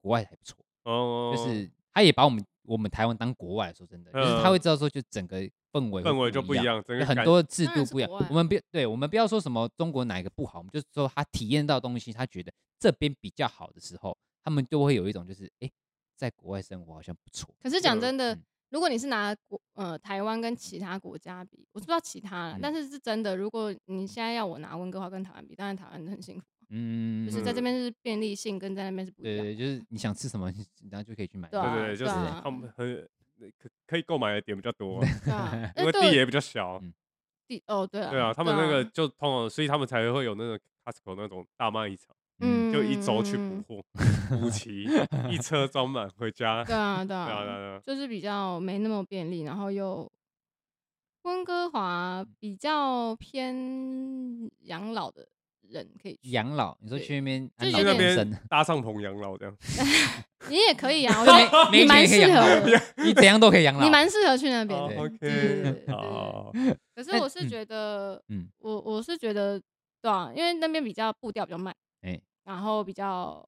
国外还不错，哦，就是他也把我们我们台湾当国外，说真的，就是嗯他会知道说，就整个氛围氛围就不一一，样，整就个很感多制当度然是不一样国外。我们不对，我们不要说什么中国哪一个不好，我们就是说他体验到东西，他觉得这边比较好的时候，他们就会有一种就是哎，诶在国外生活好像不错。可是讲真的嗯，如果你是拿国呃台湾跟其他国家比，我是不知道其他啦，嗯但是是真的，如果你现在要我拿温哥华跟台湾比，当然台湾很幸福，嗯，就是在嗯这边是便利性跟在那边是不一对样的。对，就是你想吃什么，然后就可以去买。对啊对对，就是对啊他们很可可以购买的点比较 多，对啊因 那为对地我也比较小嗯。地哦，对啊，对啊，他们对那个就通常，所以他们才会有那个 Costco 那种大卖场，嗯，就一周去嗯补货，补齐一车装满回家。对啊，对对啊对啊啊，对啊，就是比较没那么便利，然后又温哥嗯华比较偏养老的人可以去，养老，你说对去那边就安老去有那终点边身，搭上棚养老这样。你也可以 啊，我觉得没你没蛮钱也适可以合养的，老，你怎样都可以养老。你蛮适合去那边哦的。对对对对 OK，哦对好，可是但我是哦嗯觉得，嗯我我是觉得，对啊，因为那边比较步调比较慢，哎然后比较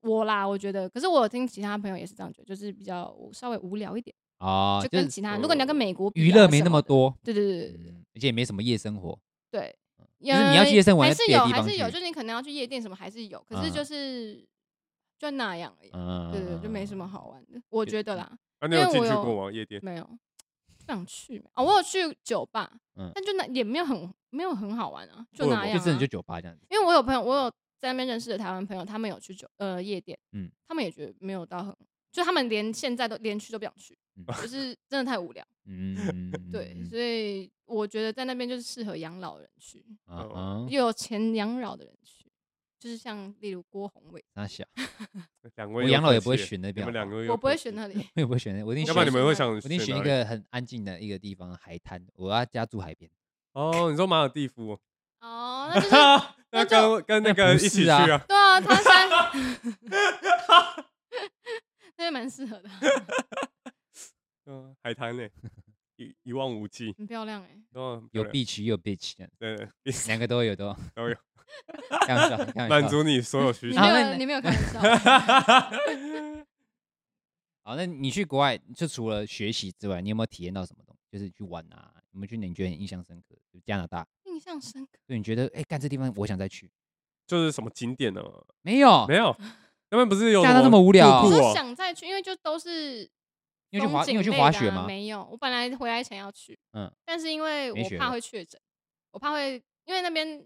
我啦，我觉得，可是我有听其他朋友也是这样觉得，就是比较稍微无聊一点，哦，就就跟是其他，如果你要跟美国比娱啊乐没什那么的，多，对对对对对嗯而且也没什么夜生活。对，嗯呃就是你要去夜生活还要是别的有，地还方是有，去就是你可能要去夜店什么还是有，可是嗯就是就那样而已，嗯，对对，对就没什么好玩的，我就觉得啦，那啊你因有为进我去有过吗？夜店？没有不想去哦，我有去酒吧嗯，但就那也没有很没有很好玩啊，就为什那么样就真的啊就。酒吧这样子。因为我有朋友，我有在那边认识的台湾朋友，他们有去酒呃夜店，嗯嗯，他们也觉得没有到很，就他们连现在都连去都不想去，嗯就是真的太无聊。嗯，对，嗯所以我觉得在那边就是适合养老的人去，嗯哦嗯，又有钱养老的人去，就是像例如郭宏伟，那小两我位有养老也可不会惜选那你边们好两不个，啊我不会选。那里，好，我也不会选那，我一定要选，不然你们会选想，我一定选一。个很安静的一个地方，海滩。我要家住海边，哦，你说马尔蒂夫哦？哦，那就是那 那跟就跟那那个不一起是去啊啊？对啊，他 山那边蛮适合的，嗯，海滩嘞，一一望无际，很漂亮 哎，哦，很漂 有亮 beach 又有 beach，这样对对， 两个都 有都都有，开玩笑，开玩笑满足你所有需你求 然。后那没有啊你没有开玩 笑，好，那你去国外，就除了学习之外，你有没有体验到什么东西？就是去玩啊，有没有去你觉得很印象深刻？就加拿大，印象深刻。就你觉得哎，干、这地方我想再去，就是什么景点呢？没有，没有，那边不是有加拿大什这么无聊瀑我布说哦？想再去，因为就都是你有去滑，风你有去景滑类的雪啊吗？没有，我本来回来前要去，嗯嗯，但是因为没我学怕了会确诊，我怕会，因为那边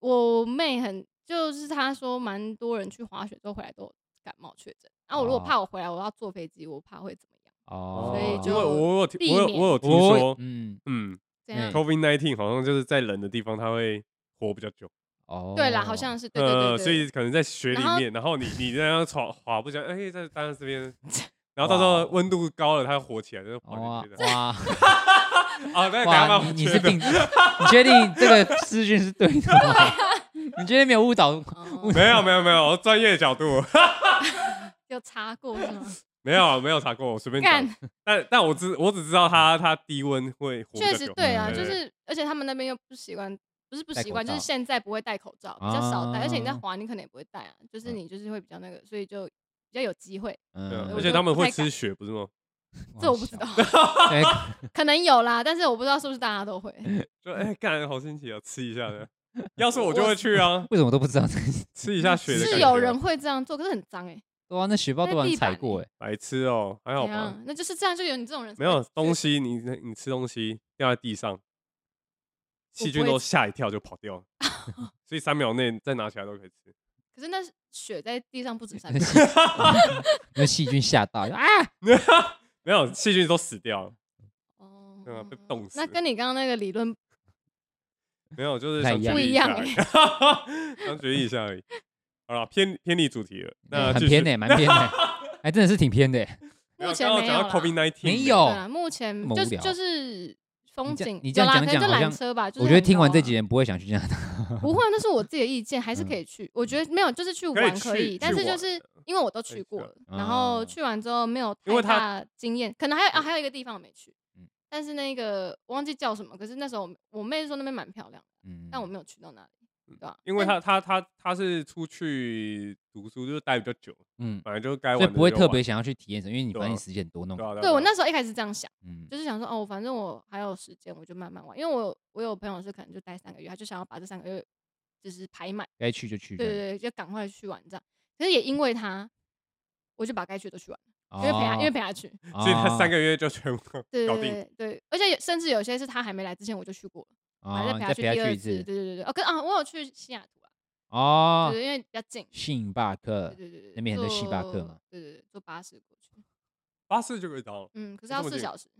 我妹很，就是她说蛮多人去滑雪之后回来都有感冒确诊，然后我如哦果怕我回来我要坐飞机，我怕会怎么样？哦，所以就因为我有听避我有免我有听我说，嗯，嗯这嗯样？ ，COVID nineteen 好像就是在冷的地方它会活比较久，哦，对啦，好像是对对对呃，对，所 以可能在雪里然后面，然后你你在那滑滑不下，哎，在当然这 边。然后到时候温度高了，它会火起来，就是跑哇进去的。 哇哦，那大家哇，慢你你慢是病，你确定这个资讯是对的吗？ 你绝对没有误导 哦 没有没有没有，专业角度有查过是吗？没有没有查过，我随便哦讲。干，但但我知我只知道它它低温会活比较确久。实对啊，嗯就对对是而且他们那边又不习惯。不是不戴习口惯，就是罩现在不会戴口罩，比较少戴，而且你在啊滑，你可能也不会戴啊，就是嗯你就是会比较那个，所以就比较有机会。对啊嗯，而我且就他们不会太吃敢血，不是吗？这我不知道，对可能有啦，但是我不知道是不是大家 都会。就嗯哎，干，好新奇啊，吃一下 的。要是我我就会去啊，为什么我都不知道 这件事？吃一下血的感觉。啊是有人会这样做，可是很脏哎、对啊，那雪豹那都有人地踩板过哎、白痴哦，还好怎吧？啊样？那就是这样，就有你这种人没有东西，你你吃东西掉在地上，细菌不会都吃吓一跳就跑 掉了，所以三秒内再拿起来都可以吃。可是那血在地上不止三那 秒，细那细菌吓 到啊！没有细菌都死掉了，哦对啊被冻死那跟你刚刚那个理论没有就是不太想一举例样下而不一样已 想举例一下而已。好了，偏偏离主题了，那欸很继偏续的、蛮 偏的、还真的是挺偏的、没有目前刚刚没讲有到啦 COVID nineteen 没对有。啊，目前哦么就无聊就是风景，你这样有啦你这样讲可能就好像缆车吧。就是我觉得很听完高这啊几人不会想去加拿大。不会，那是我自己的意见，还是可以去。我觉得没有，就是去嗯可以玩去可以，但去是就玩是因为我都可以去去过玩了，然后嗯去完之后没有因为太它大经验，可能还有啊还有一个地方我没去嗯，但是那个我忘记叫什么，可是那时候我我妹说那边蛮漂亮 的，嗯，但我没有去到那里，对吧？嗯因为但他他他他是出去读书，就是待比较久，嗯，反正就该玩所以的不会就特玩别想要去体验什么，因为你对反正啊你时间很多弄对。啊对啊对我对啊那时候一开始是这样想，嗯，就是想说哦，反正我还有时间，我就慢慢玩，因为我我有朋友是可能就待三个月，他就想要把这三个月就是排满。该嗯去就去。对对对，就赶快去玩这样。可是也因为他，我就把该去的都去完了，因为陪哦他，因为陪陪他去，哦所以他三个个月就全部都对搞对定。对对，而且有甚至有些是他还没来之前我就去过了，然后哦，再你陪再去陪他第去二一次，次对对对对，哦，跟啊，我有去西雅图啊，哦对，，因为比较近，星巴克对对对对，那边很多星巴克坐嘛，对对对，坐巴士过去，巴士就可以到了，嗯，可是这要么四近小时，所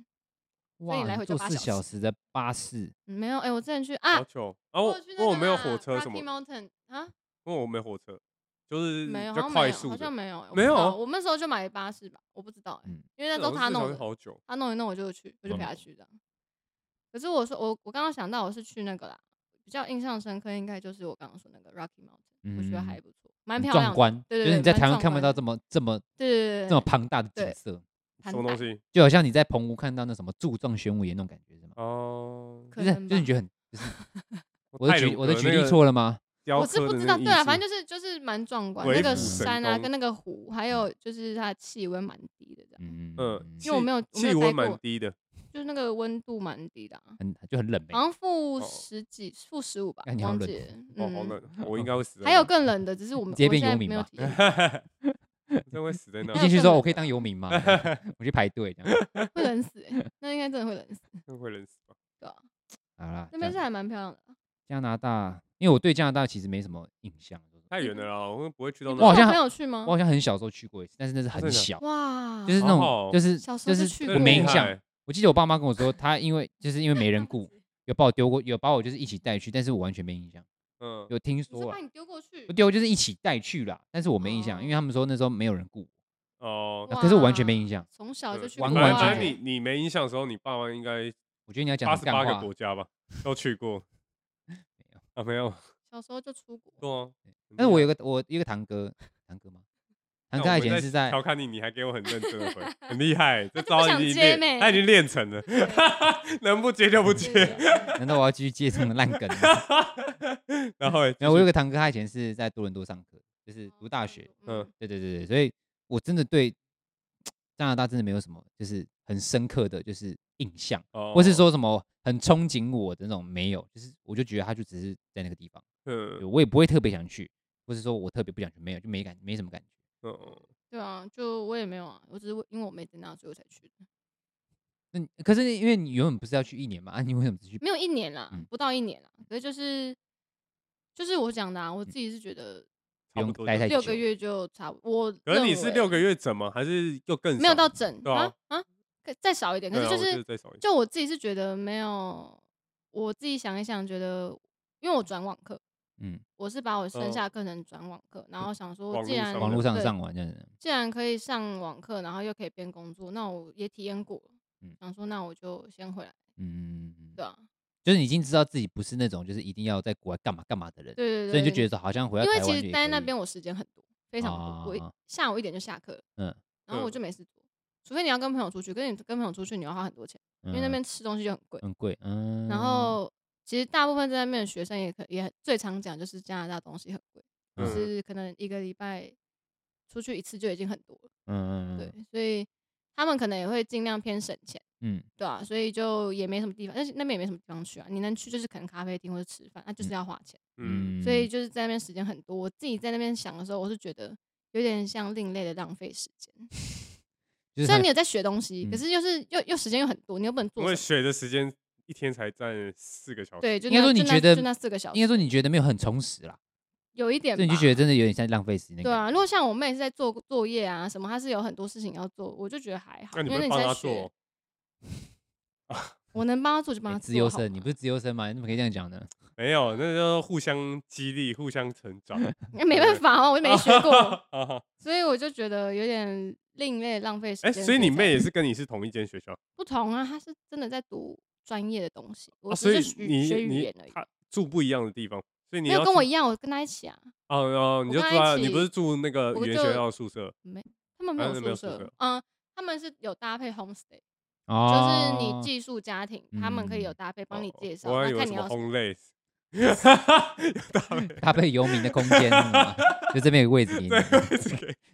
以哇，来你回就坐八四小小时时的巴士，嗯没有，哎，我之前去啊好，久。然后我有去那问哦我个没有啦火车什 Rocky 么， Mountain 啊，问我没有火车，就是没有，比较好像没快有，速好的像。没有，我没不知有道啊我们那时候就买巴士吧，我不知道哎、嗯因为那时候我他至少弄是的，好久，他弄一弄我就去，我就陪嗯他去的。可是我说我我刚刚想到我是去那个啦，比较印象深刻应该就是我刚刚说那个 Rocky Mountain，、我觉得嗯还不错，蛮很漂壮亮的，观，对就对是对你在蛮台湾壮看不观到的这么这么对对对对这么对，庞大的景对色，什盘么带东西？就好像你在澎湖看到那什么柱状玄武岩那种感觉是吗？哦， 可就是能就是你吧觉得很，就是我的泰举鲁我的格举那例个错了吗？雕我是刻不的知那道，个对艺啊，术反正就是就是蛮壮观，鬼那个斧嗯神山啊工跟那个湖，还有就是它的气温蛮低的这样，嗯嗯，因为我气没有我没气有温待蛮过低的，就是那个温度蛮低的、啊。很就很冷好门，像负哦十几、负十五吧那你，好忘冷记了。哦，好嗯，冷，我应该会死在那。还有更冷的，只是我们直接我变现在游民没有吧体验真会死在那一进还，有去更说冷我可以的当 游民吗？这样我去排队这样。会冷死、 欸，那应该真的会冷死。啊真会冷死吧？好啦，那边是加还蛮漂亮的啊，加拿大，因为我对加拿大其实没什么印象，太远了啦，我不会去到你那不里。是哇好像有朋友去吗我？好像很小时候去过一次，但是那是很哦真的假小，嗯哇，就是那好种好就哦是小时就候就是去这我过没厉印象害。我记得我爸妈跟我说，他因为就是因为没人顾，有把我丢过，有把我就是一起带去，但是我完全没印象，嗯，有听你是说把啊，你丢过去不，丢就是一起带去啦，但是我没印象，因为哦他们说那时候没有人顾，哦，可是我完全没印哇象，从小就对去完国完外反全正全你你没印象的时候，你爸妈应该我觉得你要讲八的十干八个话国，家吧都去过，啊没有，小时候就出国，对啊。很但是厉我害有个我有个堂哥，堂哥吗？那堂哥我他以们前是在在调侃你，你还给我很认真的回，很厉害，这他就不招想已经接练，呢他已经练成了，能不接就不对对接。对难道我要继续接这种烂梗吗？然后欸没有，我有个堂哥，他以前是在多伦多上课，就是读 大学。，嗯对对对对，所以我真的对加拿大真的没有什么就是很深刻的就是印象，哦或是，说什么很憧憬我的那种没有，就是我就觉得他就只是在那个地方，嗯我也不会特别想去，或是说我特别不想去，没有就没感没什么感觉。嗯，对啊，就我也没有啊，我只是因为我没在那，所以我才去的，那你可是因为你原本不是要去一年嘛，啊，你为什么只去？没有一年啦嗯，不到一年啦，可是就是就是我讲的啊，我自己是觉得差不不用多待就嗯太久六个月就差不多，我可是你认是为六个月整吗？还是又更没有少到整对啊啊，可再少一点，可对啊我是就是再少一点。就嗯我自己是觉得没有，我自己想一想，觉得因为我转网课，嗯，我是把我剩嗯下课程转网课，然后想说网既络然上网络上对上完这样子，既然可以上网课，然后又可以边工作，那我也体验过了，嗯想说那我就先回来，嗯，嗯嗯对啊，就是你已经知道自己不是那种就是一定要在国外干嘛干嘛的人，对对对，所以你就觉得，得好像回到因为台其湾实也待在可那以边我时间很多，非常多，我一啊下午一点就下课了，嗯，然后嗯我就没事做，除非你要跟朋友出去，跟你跟朋友出去你要花很多钱，因为那嗯边吃东西就很贵，很贵，嗯，然后其实大部分在那边的学生也可也最常讲就是加拿大东西很贵，就嗯是可能一个礼拜出去一次就已经很多了，嗯嗯对嗯，所以他们可能也会尽量偏省钱，嗯对啊，所以就也没什么地方，但是那边也没什么地方去啊，你能去就是可能咖啡厅或者吃饭，那、就是要花钱，嗯，嗯，所以就是在那边时间很多，我自己在那边想的时候，我是觉得。有点像另类的浪费时间，就虽是然很你有在学东西，嗯可是又是又又时间又很多，你又不能做因为什么。学的时间一天才占四个小时，对，就应该那说你就那觉得就那四个小时，应该说你觉得没有很充实啦，有一点所吧，以你就觉得真的有点像浪费时间的哎对感啊，觉。如果像我妹是在做作业啊什么，她是有很多事情要做，我就觉得还好，那你因为会你帮在他学做，，我能帮她做就帮哎她自做由好吗。生，你不是自由生吗？你怎么可以这样讲呢？没有，那叫互相激励、互相成长。哎没办法哦，我又 没 学过，啊。所以我就觉得有点另类浪费时哎，间。所以你妹也是跟你是同一间学校，不同啊，她是真的在读专业的东西，我啊所只以是学你学语你言而已，她住不一样的地方，所以你没要有跟我去一样，我跟她一起啊，哦哦，你就我住跟她在一你不起是住那个我语言就学校的宿舍他们没啊那没有有宿宿舍舍，嗯，他们是有搭配 homestay，就是哦，你寄宿家庭，他们可以有嗯搭配帮你哦介绍，我还以为那看什你么要轰类， 有 大妹搭配游民的空间是吗，就这边有个位置给你，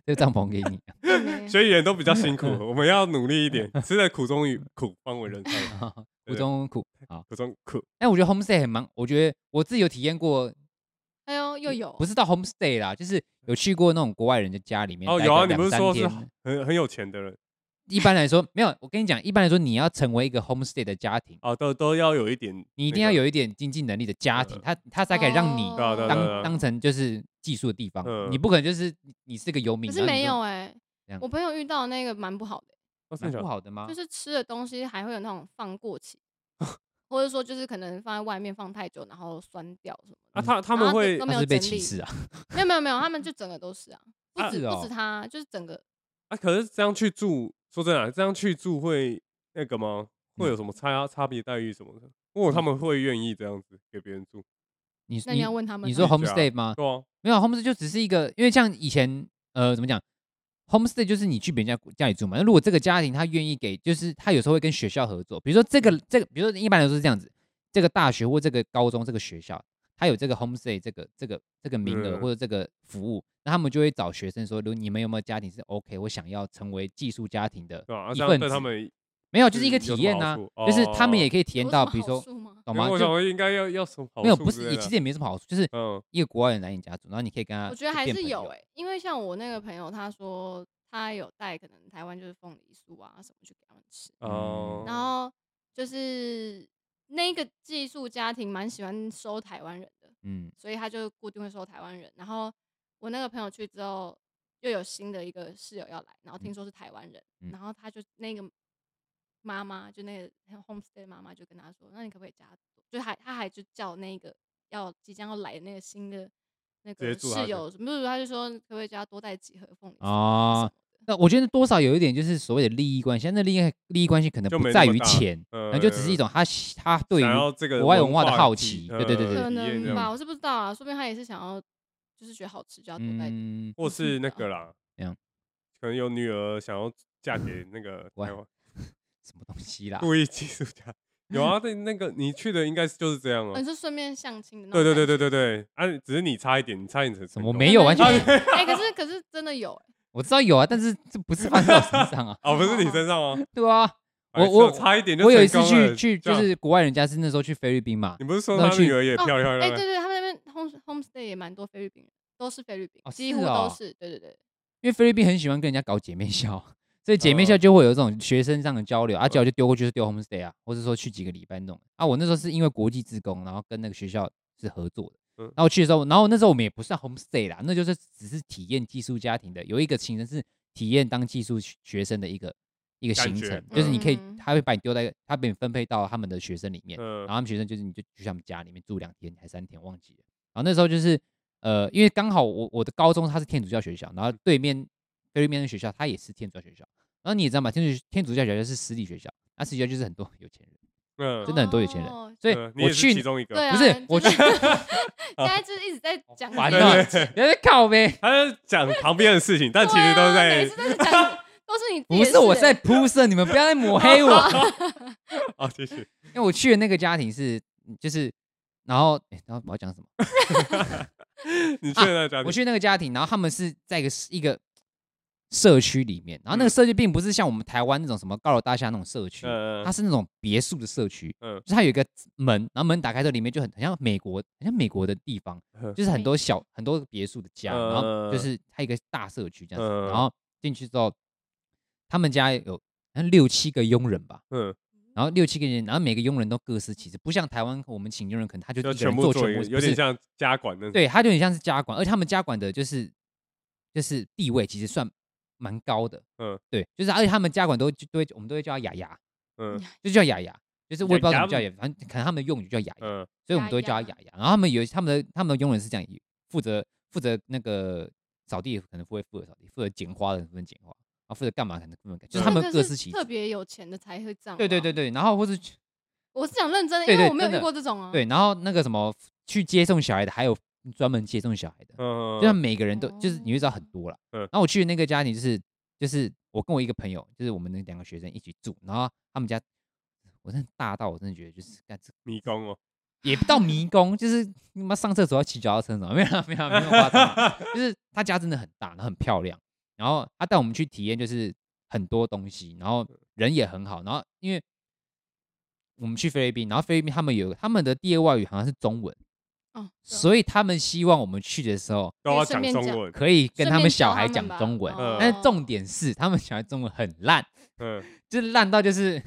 这个帐篷给你。对 没学语言都比较辛 苦，我们要努力一点，吃的苦中有苦，方为人上 人哦苦中苦，好。哎苦中苦。但我觉得 homestay 很忙，我觉得我自己有体验过哎呦，又有不是到 homestay 啦，就是有去过那种国外人的家里面。哦，有啊，待你个不是两说三是天很很有钱的人一般来说没有？我跟你讲，一般来说你要成为一个 homestay 的家庭，哦，都都要有一点那个，你一定要有一点经济能力的家庭，他他才可以让你哦对啊对啊对啊对啊当当成就是寄宿的地方。嗯你不可能就是你你是个游民，可然是后你没说有哎这样，啊我朋友遇到的那个蛮不好的。哦真蛮的假不的好的吗？就是吃的东西还会有那种放过期，或者说就是可能放在外面放太久，然后酸掉什么的。啊，嗯他他然们后会都没他有是被整歧理视啊？没有没有没有，他们就整个都是啊，不啊止、是哦不止他，就是整个啊，可是这样去住，说真的啊，这样去住会那个吗？嗯会有什么差差别待遇什么的？如果他们会愿意这样子给嗯别人住，你那你要问他们你啊，说自己家 homestay 吗？对啊，没有，homestay 就只是一个，因为像以前呃怎么讲，homestay 就是你去别人家家里住嘛。那如果这个家庭他愿意给，就是他有时候会跟学校合作，比如说这个嗯这个，比如说一般来说是这样子，这个大学或这个高中这个学校，他有这个 homestay 这个这个这个名额嗯或者这个服务，那他们就会找学生说，如你们有没有家庭是 OK，我想要成为寄宿家庭的对啊，啊一这样份对他子，们没有就是一是个有什体么验好呐处，就是他们哦也可以体有验什到，么比如好说处吗？懂因为吗？我就想应该要要什么好没有处不之是，类也的其实也没什么好处，就是嗯一个国外人来你家住，然后你可以跟他，我觉得还变啊是朋有友哎、因为像我那个朋友，他说他有带可能台湾就是凤梨酥啊什么去给他们吃，嗯哦，然后就是那个寄宿家庭蛮喜欢收台湾人的，嗯，所以他就固定会收台湾人。然后我那个朋友去之后，又有新的一个室友要来，然后听说是台湾人，嗯然后他就那个妈妈，就那个 homestay 妈妈就跟他说，那你可不可以加多？就还他还就叫那个要即将要来的那个新的那直接个住他室家友，不是他就说可不可以叫他多带几盒凤梨酥啊哦什么的那我觉得多少有一点就是所谓的利益关系，但那利益利益关系可能就不没在那么于大钱，嗯然后就只是一种他喜他对于想要这个国外文文化的化好体奇，呃对对对对，可体验这能吧，样我是不知道啊，说不定他也是想要就是觉得好吃就要多带点。嗯，或是那个啦，怎样可能有女儿想要嫁给那个喂台湾什么东西啦？故意寄宿家，有 啊，对那个你去的应该是就是这样哦哦，你，说顺便相亲的那对种对感觉，对对对对，啊，只是你差一点，你差一点什成么功啊没有完全， 哎、可是可是真的有、欸，我知道有啊，但是这不是发生在我身上啊 ，哦，不是你身上哦，对啊，白我我色差一点就我有一次成功去了去这就样是国外人家是那时候去菲律宾嘛你，不是说他那去哦女儿也漂亮漂哎、亮呃对吗？对，他们那边 home homestay 也蛮多菲律宾人，都是菲律宾，哦几是乎哦都是，对对对，因为菲律宾很喜欢跟人家搞姐妹校，所以姐妹嗯校就会有这种学生上的交流，啊，交流就丢过去是丢 homestay 啊，或者说去几个礼拜弄啊。我那时候是因为国际职工，然后跟那个学校是合作的嗯，然后去的时候，然后那时候我们也不算 homestay 啦，那就是只是体验寄宿家庭的，有一个行程是体验当寄宿学学生的一个一个感行觉程，就是你可以嗯，他会把你丢在，他被你分配到他们的学生里面，嗯然后他们学生就是你就去他们家里面住两天还三天，忘记了。然后那时候就是呃，因为刚好我我的高中它是天主教学校，然后嗯对面菲律宾的学校它也是天主教学校。然后你也知道嘛，天主天主教学校是私立学校，那私立学校就是很多有钱人，嗯真的很多有钱人哦所以嗯你我也是去其中一个，对啊，不是我真去的现在就是一直在讲烦这啊个对对对人家 靠呗，他在讲旁边的事情，但其对实都啊是在每次都是讲，都是你自不己的是我事欸在铺设，你们不要再抹黑我。 啊，继续因为我去的那个家庭是嗯就是，然后诶然后我要讲什么？你去那家庭，啊我去那个家庭，然后他们是在一个一个社区里面，然后那个嗯社区并不是像我们台湾那种什么高楼大厦那种社区，嗯，嗯它是那种别墅的社区，嗯就是它有一个门，然后门打开之后里面就很很像美国，很像美国的地方，嗯就是很多小很多别墅的家，然后嗯就是它一个大社区这样子，嗯然后进去之后，他们家有好像六七个佣人吧。嗯，然后六七个人，然后每个佣人都各司其职，不像台湾我们请佣人，可能他就就一个人全部做全做一部个，事，有不点是像家管那种，对，它就很像是家管，而且他们家管的就是就是地位其实算蛮高的，嗯嗯，对，就是而且他们家管都就都会我们都会叫他雅雅，嗯就叫雅雅，就是我也不知道怎雅雅么叫雅，反正可能他们的用语叫雅雅，嗯所以我们都会叫他雅雅。然后他们有他们的他们的佣人是这样，负责负责那个扫地的可能不会负责扫地，负责剪花的负责剪花，然后负责干嘛可能负责干嘛，就是他这们个各是司其特职。别啊有钱的才会这样。对对对，对，然后或是我是讲认真的，对因为对我没有真的遇过这种啊。对，然后那个什么去接送小孩的，还有专门接送小孩的，嗯，就像每个人都就是你会知道哦很多了。嗯然后我去的那个家庭就是就是我跟我一个朋友，就是我们那两个学生一起住，然后他们家我真的大到我真的觉得就是干这迷宫哦，也不到迷宫， 就是你妈上厕所要骑脚踏车那种，没有啦啊 没有啦没有夸张啦， 就是他家真的很大，然后很漂亮，然后啊他带我们去体验就是很多东西，然后人也很好，然后因为我们去菲律宾，然后菲律宾他们有他们的第二外语好像是中文。哦，所以他们希望我们去的时候都要顺讲便中讲文。可以跟他们小孩顺便讲教他中们吧文哦，但是重点是他们小孩中文很烂，嗯，就是烂到就是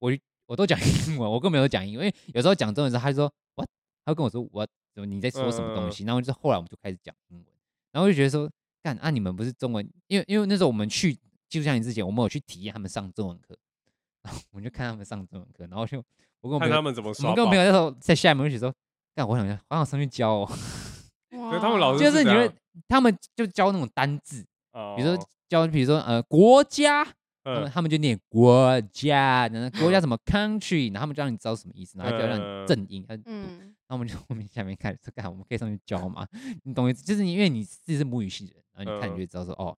我我都讲英文，我根本没有讲英文，因为有时候讲中文的时候，他就说 what，他会跟我说 what，怎么你在说什么嗯东西？然后就是后来我们就开始讲英文，然后我就觉得说，干啊，你们不是中文，因为因为那时候我们去技术家庭之前，我们有去体验他们上中文课，然后我们就看他们上中文课，然后就我跟我看朋他友，们怎么我刷们爆。跟我朋友那时候在下面一起说，干我想要，我想上去教哦，哇可是他们老师就怎是你样们他们就教那种单字，哦比如说教，比如说呃国家。他们嗯他们就念国家，然后国家什么 country，然后他们就让你知道什么意思，然后就要让嗯你正音，他就嗯，然后我们就后面下面看这干，我们可以上去教嘛？你懂意思？就是你因为你自己是母语系人，然后你看嗯你就知道说哦，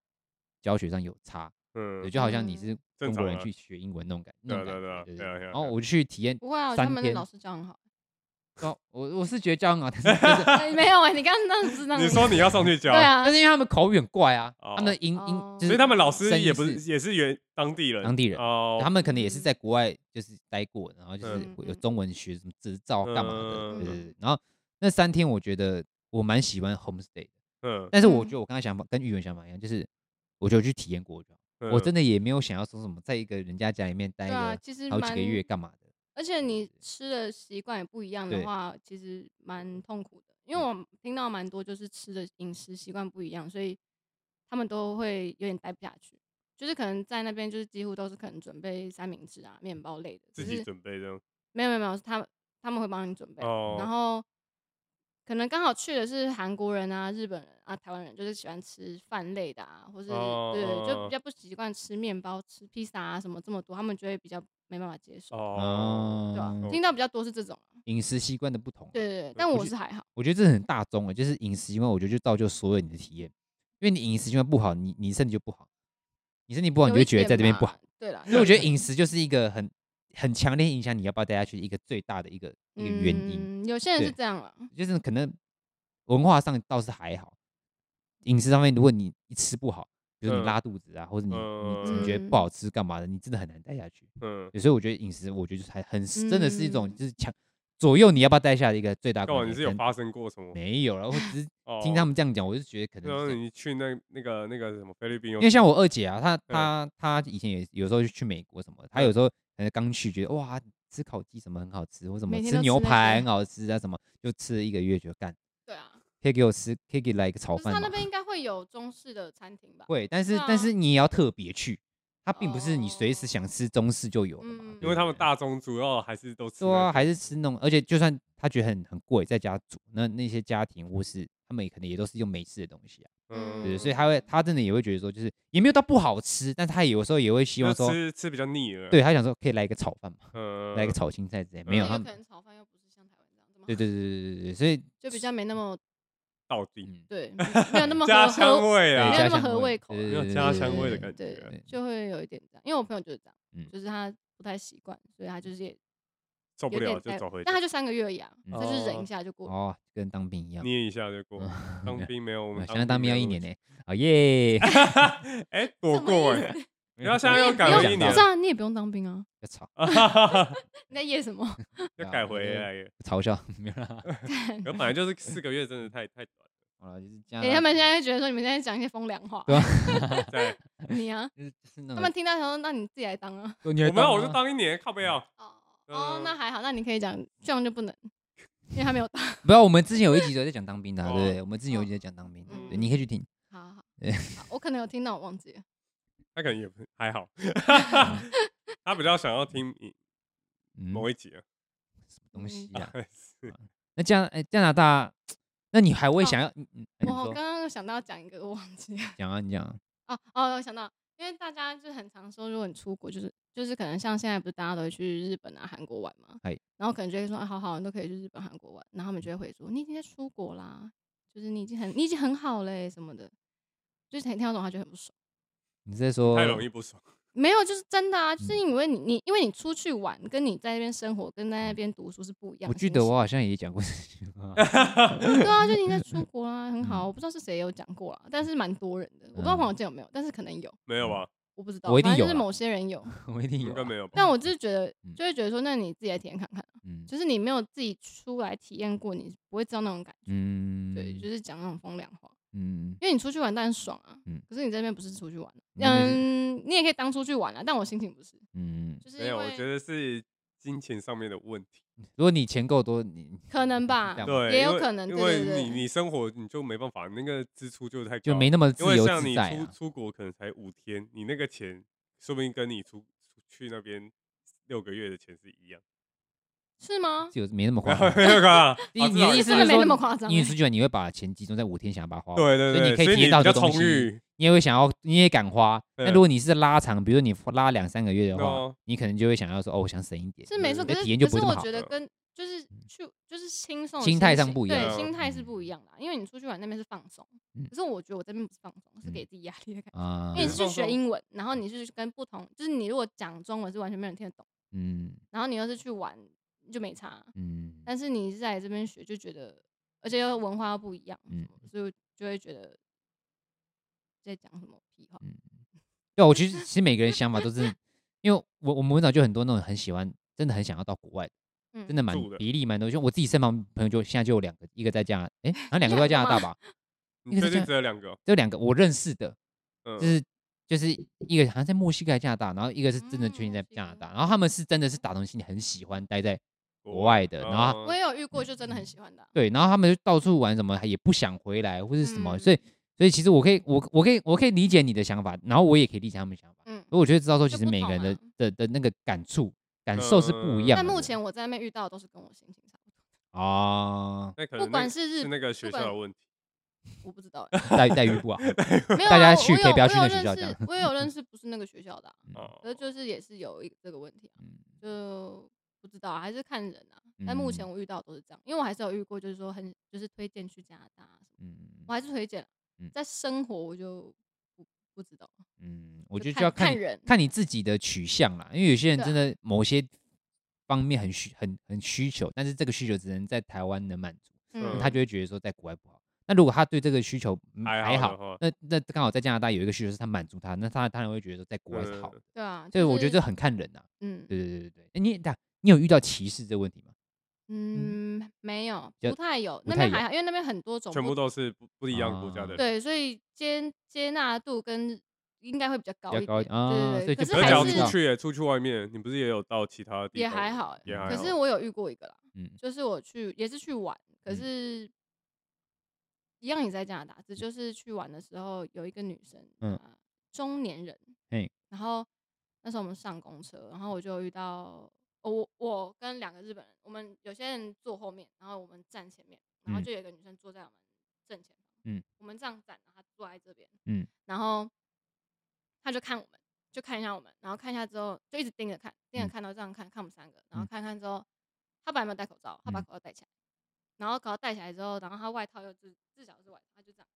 教学上有差，对，嗯，就好像你嗯是正中国常人啊去学英文那种感对啊那种感对啊对觉啊，对对啊对。对啊然后我去体验，不会啊，三他们的天老师教很好。哦我我是觉得教很好，但是就是哎没有哎，你刚刚那是那样你说你要上去教，对，啊但，是因为他们口语很怪啊，哦他们的音音哦就是所以他们老师声音也不是也是原当地人，当地人哦，他们可能也是嗯在国外就是待过，然后就是嗯会有中文学什么执照干嘛的，嗯对对对。然后那三天我觉得我蛮喜欢 homestay 的，嗯，但是我嗯觉得我跟他想法跟玉文想法一样，就是我就去体验过就好，嗯我真的也没有想要说什么，在一个人家家里面待对啊，个其实好几蛮个月干嘛的，而且你吃的习惯也不一样的对话，其实蛮痛苦的。因为对我听到蛮多就是吃的饮食习惯不一样，所以他们都会有点待不下去。就是可能在那边就是几乎都是可能准备三明治啊、面包类的，自只己是准备这样，没有没有没有，是他们他们会帮你准备。哦然后可能刚好去的是韩国人啊、日本人啊、台湾人，就是喜欢吃饭类的啊，或是、哦对，哦就哦比较不习惯吃面包、吃披萨啊什么这么多，他们就会比较没办法接受。哦，对吧、哦，听到比较多是这种，啊饮食习惯的不同啊，对对对，但我我觉是还好，我觉得这很大众啊，就是饮食习惯，我觉得就造就所有你的体验，因为你饮食习惯不好，你你身体就不好，你身体不好，你就有会一觉得点在这边吧不好。。对了，所以我觉得饮食就是一个很很强烈影响你要不要待下去的一个最大的一个一个原因，嗯，有些人对是这样了，就是可能文化上倒是还好，饮食上面如果你一吃不好，比如你嗯拉肚子啊，或者你你嗯你觉得不好吃干嘛的，你真的很难待下去。嗯，对所以我觉得饮食，我觉得就是还很是真的是一种嗯就是强左右你要不要待下的一个最大干嘛？关你键。是有可能发生过什么？没有了，我只是哦听他们这样讲，我就觉得可然能后是。你去那那个那个什么菲律宾有，因为像我二姐啊，她她她以前也有时候就去美国什么嗯的，她有时候可能刚去觉得哇吃烤鸡什么很好吃，或什么每天吃都牛吃那排些很好吃啊什么，就吃了一个月觉得干，对啊，可以给我吃，可以给来一个炒可是他饭那嘛。边应该会有中式的餐厅吧？会，但是对但啊是你也要特别去，它并不是你随时哦想吃中式就有的嘛，嗯对因为不他们对大宗主要还是都吃对那啊，个，还是吃那种，而且就算他觉得很很贵，在家煮，那那些家庭或是他们也可能也都是用美式的东西啊，对，嗯所以他会他真的也会觉得说，就是也没有到不好吃，但他有时候也会希就望说，吃吃比较腻了，对他想说可以来一个炒饭嘛。嗯，来个炒青菜之类，没因有为他可们，能炒饭又不是像台湾这样这么好，对对对对对对，所以就比较没那么到底嗯， 对，没有那么家合乡合，味没啊有，那家么乡合味胃口啊，对对有对家对乡味的对感对觉，，就会有一点这样。因为我朋友就是这样，啊嗯就是他不太习惯，所以他就是也受不有点了就待走回去但，他就三个月而已啊，嗯他就是忍哦一下就过。哦，跟当兵一样，捏一下就过。当兵没有，我嗯我们想当兵要没有一年呢，好耶， 哎，躲过哎，然后现在你又也改不为用一不年是，啊，你也不用当 兵啊，要吵，你在夜什么？要改回嗯来 了。嘲笑，没有啦，可本来就是四个月，真的太太短了。好了，就是这哎、样啦，他们现在觉得说你们现在讲一些风凉话，嗯对啊，对，你啊，就是就是那他种们听到想说，那你自己来当啊。说你还我没有，我吗就当一年，靠不要。哦嗯哦，那还好，那你可以讲，这样就不能，因为他没有当。不要，我们之前有一集都在讲当兵的啊，哦对不对？我们之前有一集在讲当兵的，对，嗯你可以去听，好 好好对好，我可能有听到，我忘记了。他可能也不还好，他比较想要听嗯，某一集啊。什么东西啊？ 是那加哎加拿大，那你还会想要？嗯嗯，你我刚说刚有想到讲一个，我忘记了。讲啊，你讲啊，哦哦，我想到，因为大家就很常说，如果你出国，就是就是可能像现在不是大家都会去日本啊、韩国玩嘛嗨，然后可能就会说，啊，好好，你都可以去日本、韩国玩，然后他们就会回说，你已经在出国啦，就是你已经很你已经很好嘞、什么的，就是很听到这种话就很不爽。你是在说太容易不爽。没有，就是真的啊，嗯就是因为你你因为你出去玩，跟你在那边生活，跟在那边读书是不一样我的记心情。得哦我好像也讲过这句话，对啊，就 你在出国啊，很好。嗯我不知道是谁有讲过啦，但是蛮多人的，我不知道嗯黄友健有没有，但是可能有。没有吧？啊我不知道，我一定反正有就啦是某些人有，我一定有应啊。该没有吧？但我就是觉得嗯，就会觉得说，那你自己来体验看看啊，嗯就是你没有自己出来体验过，你不会知道那种感觉。嗯，对，就是讲那种风凉话，嗯因为你出去玩当然爽啊，嗯可是你在那边不是出去玩啊，那就是嗯，你也可以当出去玩啊，但我心情不是，嗯，就是没因有，我为觉得是金钱上面的问题。如果你钱够多，你可能吧这样对，也有因为可能因对为对对你你生活你就没办法，那个支出就太高就没那么自因为由像自你在出啊。出国可能才五天，你那个钱说不定跟你出出去那边六个月的钱是一样。是吗？自由没 那么没夸有张。没有啊，你好你至少的意思真的是没说那么夸张你欸出去玩你会把钱集中在五天，想要把它花完。对对所以对，你可所以体验你到比较很多东充西，裕。你也会想要，你也敢花。那对如果你是拉长，比如说你拉两三个月的话哦，你可能就会想要说，哦，我想省一点。是没错，对可那是体验就可不会是那么我好嗯觉得了跟就是去就是轻松的心心态上情不一样对，心态是嗯不一样的啊，因为你出去玩那边是放松嗯，可是我觉得我这边不是放松，是嗯给自己压力的感觉。啊因为你嗯是去放学松英文，然后你是跟不同，就是你如果讲中文是完全没有人听得懂，嗯然后你要是去玩就没差，啊嗯但是你是在这边学就觉得，而且又文化又不一样，嗯嗯，所以我就会觉得在讲什么屁话。对啊，我其实其实每个人想法都是，因为我我们文藻就很多那种很喜欢，真的很想要到国外，嗯，真的蛮住的比例蛮多。像我自己身旁朋友就现在就有两个，一个在加拿，哎，然后两个都在加拿大吧，你一个最是这近样只有两个哦，就两个我认识的，嗯，就是就是一个好像在墨西哥还是加拿大，然后一个是真的嗯确定在墨西加拿哥大，然后他们是真的是打从心里很喜欢待在国外的，然嗯后我也有遇过，就真的嗯很喜欢的啊、对，然后他们就到处玩什么，也不想回来或是什么，嗯所以所以其实我可以我我可以我可以理解你的想法，然后我也可以理解他们的想法，嗯所以我觉得知道说其就实不每个人同的啊的的那个感触感受是不一样的。但目前我在那边遇到的都是跟我心情差不啊，那可多，能不管那是日是那个学校管的问题，我不知道欸、待待遇不好， 没有、啊、大家我去我可以有不要我去有那认学识，校这样我也有 认识不是那个学校的啊、哦可是就是也是有一个这个问题啊，就不知道、啊、还是看人啊。但目嗯前我遇到都是这样，因为我还是有遇过，就是说很就是推荐去加拿大、啊、什么，嗯我还是推荐啊嗯。在生活我就不不知道，嗯，我就觉得就要看看看你人看你自己的取向啦，因为有些人对啊真的某些方面很需很很需求，但是这个需求只能在台湾能满足，嗯他就会觉得说在国外不好。那如果他对这个需求嗯还还好的好话，那那刚好在加拿大有一个需求是他满足他，那他当然会觉得说在国外是好的。对啊，所以我觉得这就是很看人呐、啊。嗯对对对对对，诶你打你有遇到歧视这个问题吗？嗯没有，就不太有，不那太边有还好，因为那边很多种全不部都是不不一样国家啊的。，对，所以接接纳度跟应该会比较高比较一高一点，点啊所以对对对。可就可不是太假如知还是出道去耶，出去外面，你不是也有到其他地也方还，好欸，也还可好是我有遇过一个啦，嗯就是我去也是去玩，可嗯是一样也在加拿大，只就是去玩的时候有一个女生，嗯呃中年人嘿，然后那时候我们上公车，然后我就遇到。哦我我跟两个日本人，我们有些人坐后面，然后我们站前面，然后嗯就有一个女生坐在我们正前方，嗯，我们这样站，然后她坐在这边，嗯，然后她就看我们，就看一下我们，然后看一下之后就一直盯着看，盯着嗯看到这样看看我们三个，嗯然后看看之后，他本来没有戴口罩，他把嗯口罩戴起来，然后口罩戴起来之后，然后他外套又自自小是外套，他就这样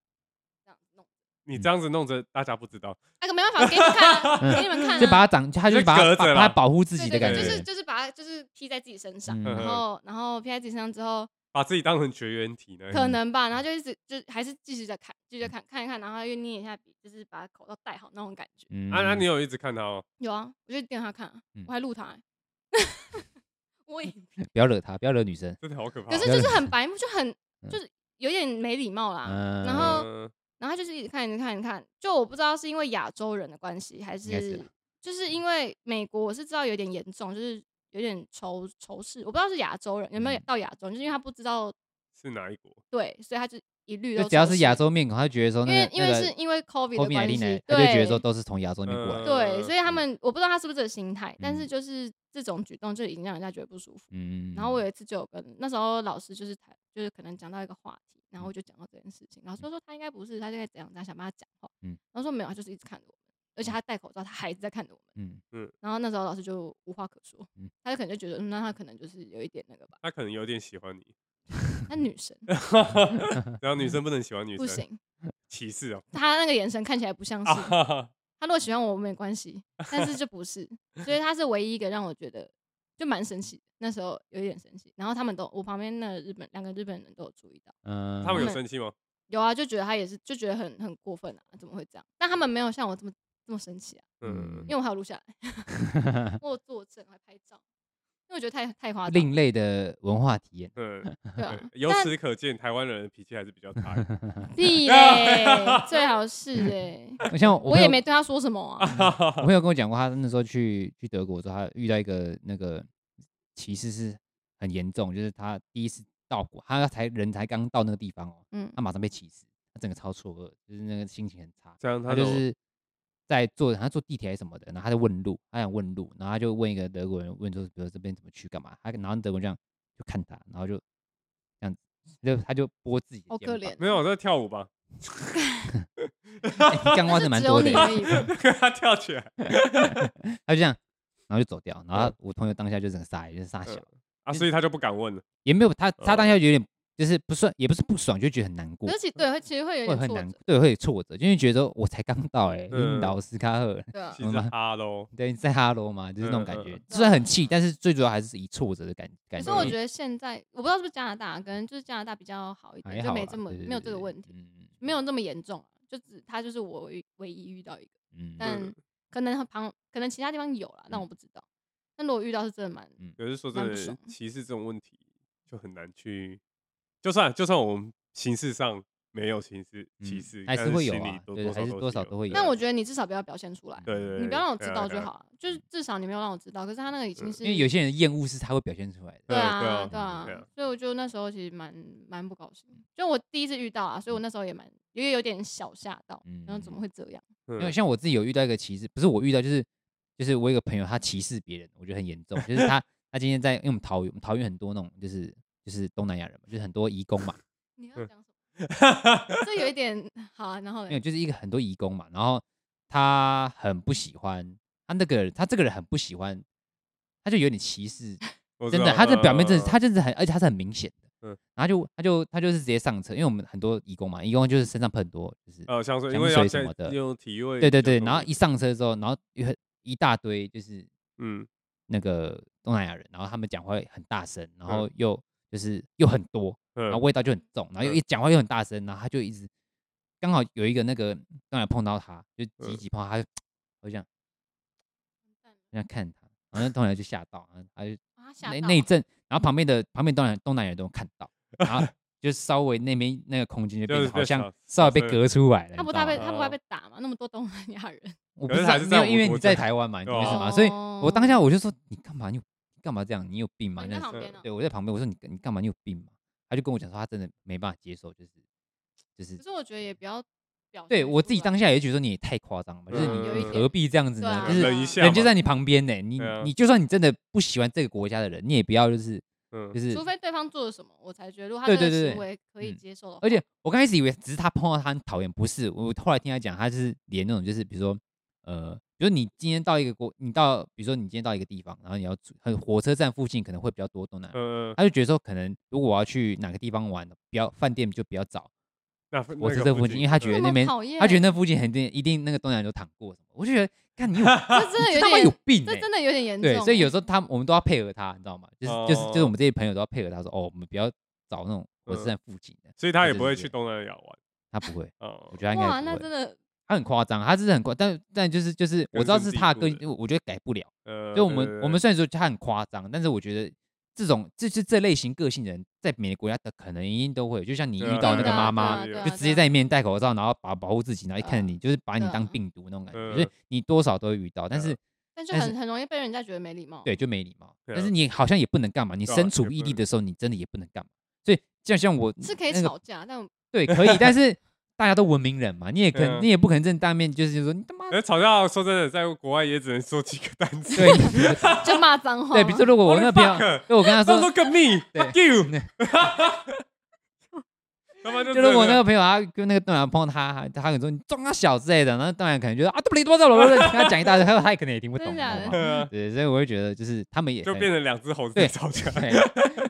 这样弄，你这样子弄着，大家不知道。那个没办法给你们 看嗯啊，给你们看啊，就把他长，他就是就把他隔把着把他啦保护自己对的感对对，觉，就是就是把它就是披在自己身上，嗯然后然后披在自己身上之后，把自己当成绝缘体呢。嗯可能吧，然后就一直就还是继续在看，继续在看看一看，然后又捏一下笔，就是把口罩戴好那种感觉。嗯啊，那你有一直看他哦？有啊，我就盯着他看啊嗯，我还录他欸， 我也不要惹他，不要惹女生。真的好可怕。可是了就是 很白目，就很哦嗯就是有点没礼貌啦。嗯，啊然后嗯然后他就是一直看，一直看，一直看。就我不知道是因为亚洲人的关系，还应该是是就是因为美国，我是知道有点严重，就是有点仇仇视。我不知道是亚洲人有没有嗯到亚洲人，就是因为他不知道是哪一国？对，所以他就一律都就只要仇是视亚，洲面孔，他就觉得说因那为个因为是因为 COVID 后的面来关系，对，他就觉得说都是从亚洲那边过来的。对，所以他嗯们我不知道他是不是这个心态，但是嗯就是这种举动就已经让人家觉得不舒服。嗯，然后我有一次就有跟那时候老师就是谈，就是可能讲到一个话题，然后嗯我就讲到这件事情，老师说他应该不是，他就该怎样怎样想帮他讲话，嗯嗯，然后说没有，他就是一直看着我们，而且他戴口罩，他还是在看着我们，嗯然后那时候老师就无话可说嗯，他就可能就觉得，嗯，那他可能就是有一点那个吧，他可能有点喜欢你， 他女生然后女 生不能喜欢 女生，不行，歧视哦。他那个眼神看起来不像啊是，哈哈他如果喜欢我没关系，但是就不是，所以他是唯一一个让我觉得就蛮生气的，那时候有一点生气，然后他们都我旁边那个日本两个日本人都有注意到。嗯，他们有们生气吗？有啊，就觉得他也是，就觉得很很过分啊，怎么会这样？但他们没有像我这么这这么神奇啊？嗯因为我还有录下来， 我有作证还拍照，因为我觉得太太夸张，另类的文化体验。嗯，对 啊 对，由此可见，台湾人的脾气还是比较差一点。 地啊嘞，最好是哎，我像嗯我我朋也友没，对他说什么啊， 我朋友跟我讲过，他那时候去去德国的时候，他遇到一个那个歧视是很严重，就是他第一次到国，他才人才刚到那个地方哦，嗯他马上被歧视，他整个超错愕，就是那个心情很差。这样他他就怎么是在坐他坐地铁还是什么的，然后他在问路，他想问路，然后他就问一个德国人，问说，比如这边怎么去干嘛？他然后德国人这样就看他，然后就这样子，就他就拨自己的好肩可膀怜，没有我在跳舞吧？ 哎干话是蛮只有多的你而已欸，吧，他跳起来他就这样，然后就走掉，然嗯后他我朋友当下就整个傻眼，就是傻笑，嗯啊，所以他就不敢问了。也没有他他嗯当下有点就是不算，也不是不爽，就觉得很难过可是。其实对，会其实会有会点很挫难折，，对，会有挫折，因为觉得我才刚到哎、欸，嗯老斯卡赫，对啊其，实嗯哈喽， 对，在哈罗嘛，就是那种感嗯嗯觉嗯，虽然很气，但是最主要还是以挫折的感感可觉。是我觉得现在我不知道是不是加拿大，可能就是加拿大比较好一还点，啊就好没啦这么对对没有对这个对问题，嗯没有那么严重啊，就只他就是我唯唯一遇到一个，嗯但可能旁可能其他地方有啦，但我不知道。但如果遇到是真的蛮，嗯可是说蛮真不的爽，歧视这种问题就很难去，就算就算我们形式上没有歧视歧嗯视，还但是会有心里啊都对多还是少多少都会有但我觉得得你至少不要表现出来，啊对对，嗯啊你不要让我知道就好了。了，就是至少你没有让我知道。可是他那个已经是因为有些人厌恶是他会表现出来的。对对啊啊对对啊啊，所以我就那时候其实蛮蛮不高兴，就我第一次遇到啊，所以我那时候也蛮也有点小吓到，嗯然后怎么会这样？嗯因为像我自己有遇到一个歧视，不是我遇到，就是就是我有一个朋友他歧视别人，我觉得很严重。就是他他今天在因为我们桃园，我们桃园很多那种就是就是东南亚人嘛，就是很多移工嘛，你要讲什嗯 么？这有一点好啊，然后没嘞有就是一个很多移工嘛，然后他很不喜欢他那个人，他这个人很不喜欢，他就有点歧视 我知真的，道他这表面真嗯的，他就是很，而且他是很明显嗯的。嗯，然后就他就他就是直接上车，因为我们很多义工嘛，义工就是身上喷很多，就是、呃香水，香因为水要什先么的用体味，对对对，然后一上车之后，然后有很一大堆就是嗯那个东南亚人，然后他们讲话会很大声，然后又、就是又很多，然后嗯味道就很重，然后又嗯一讲话又很大声，然后他就一直刚好有一个那个刚好碰到他，就嗯挤一挤碰到他，他就我就这样这样看他，然后那东南亚就吓到，然后他就啊 吓那到那一啊阵，然后旁边的旁边东南东南亚人都有看 到，然后就稍微那边那个空间就变就是得好被像扫稍微扫被射隔出来了。他你不知怕道被吗他不怕哦被打嘛？那么多东南亚人，我可不是知还道是没在有，我因为国你在家台湾嘛，你对懂我意思啊吗？所以我当下哦我就说你干嘛你有你干嘛这样？你有病吗？你这在样旁子边哦对，我在旁边，我说你你干嘛？你有病吗？他就跟我讲说他真的没办法接受，就是就是可是我觉得也不要表现出来。对我自己当下也觉得说你也太夸张了吧，就是嗯有一你点何必这样子对呢？啊就对是忍一啊下嘛，人就在你旁边呢，你对啊你就算你真的不喜欢这个国家的人，你也不要就是嗯就是除非对方做了什么，我才觉得如果他对这个对对行对为可以嗯接受的话，而且我刚开始以为只是他碰到他很讨厌，不是。我后来听他讲，他是连那种就是比如说，呃，比如你今天到一个国，你到比如说你今天到一个地方，然后你要住很火车站附近可能会比较多东南亚人，嗯，嗯他就觉得说可能如果我要去哪个地方玩，不要饭店就不要找那火我车站附近，因为他嗯觉得这那么边讨厌，他觉得那附近肯定一定那个东南亚人都躺过什么，我就觉得看你有这真的你有他妈点有病这欸真的有点严重欸。对，所以有时候他们我们都要配合他，你知道吗？就是就是就是我们这些朋友都要配合他说，哦，我们不要找那种火车站附近的，所以他就也是不会这去样东南亚玩他不会，哦我觉得他应该哇，不那会真的他很夸张，他是很夸，但但就是就是我根知道深是蒂他固跟的我觉得改不了，呃，所以我对们对我对们虽然说他很夸张，但是我觉得这种就是这类型个性的人，在每个国家的可能一定都会有，就像你对遇啊到对那个啊对啊妈妈，对啊就直接在你面前戴口罩，然后保保护自己，然后一看着对你就是把你对当啊病毒那种感觉，嗯就是你多少都会遇到，但啊是但就但是很很容易被人家觉得没礼貌。对就没礼貌，对但啊是你好像也不能干嘛，你对啊身也处不异地能啊的时候，你真的也不能干嘛，所以就像我是可以那个吵架，但我对可以，但是大家都文明人嘛，你也可对啊能你也不可能正大面就是说你他妈哎，吵架说真的，在国外也只能说几个单 词。对。就骂脏话。对，比如说如果我 Holy 那朋友 fuck，对我跟他 Don't 说， look at me, 对 fuck you 他妈就就是我那真个朋友啊，跟那个东南亚碰到他，他可能说你装啊小之类的，然后东南亚可能觉得啊，对不对，多少了，跟他讲一大堆，他他也可能也听不懂，真的假的你知道吗的对， 所以我会觉得就是他们也对就很变成两只猴子在对吵架。对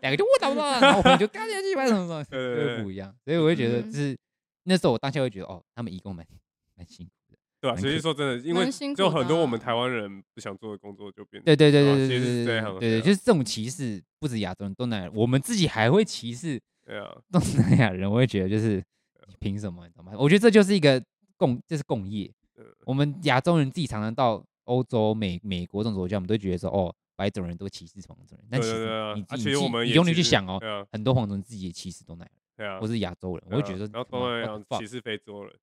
两个就我找不到，然后我朋友就干下去吧，什么什么，对对就对会不一样，所以我会觉得嗯就是那时候我当下会觉得哦，他们义工蛮蛮辛苦的，对吧？蛮其实可说真的，因蛮为辛苦就很多的我们啊台湾人不想做的工作就变对对对对啊对其对实是这对对样对对，对啊就是这种歧视不止亚洲人，东南亚人，我们自己还会歧视对啊，东南亚人，我会觉得就是你凭什么，你懂吗？我觉得这就是一个共，这是共业嗯，我们亚洲人自己常常到欧洲、美美国这种国家，我们都觉得说，哦，白种人都歧视黄种人。但对其对对实啊你啊自其己实我们你也用力其去实想哦对啊，很多黄种人自己也歧视东南亚对啊，人，或是亚洲人，我对啊会觉得然后他妈东南 what 亚 the 歧 fuck 视非洲人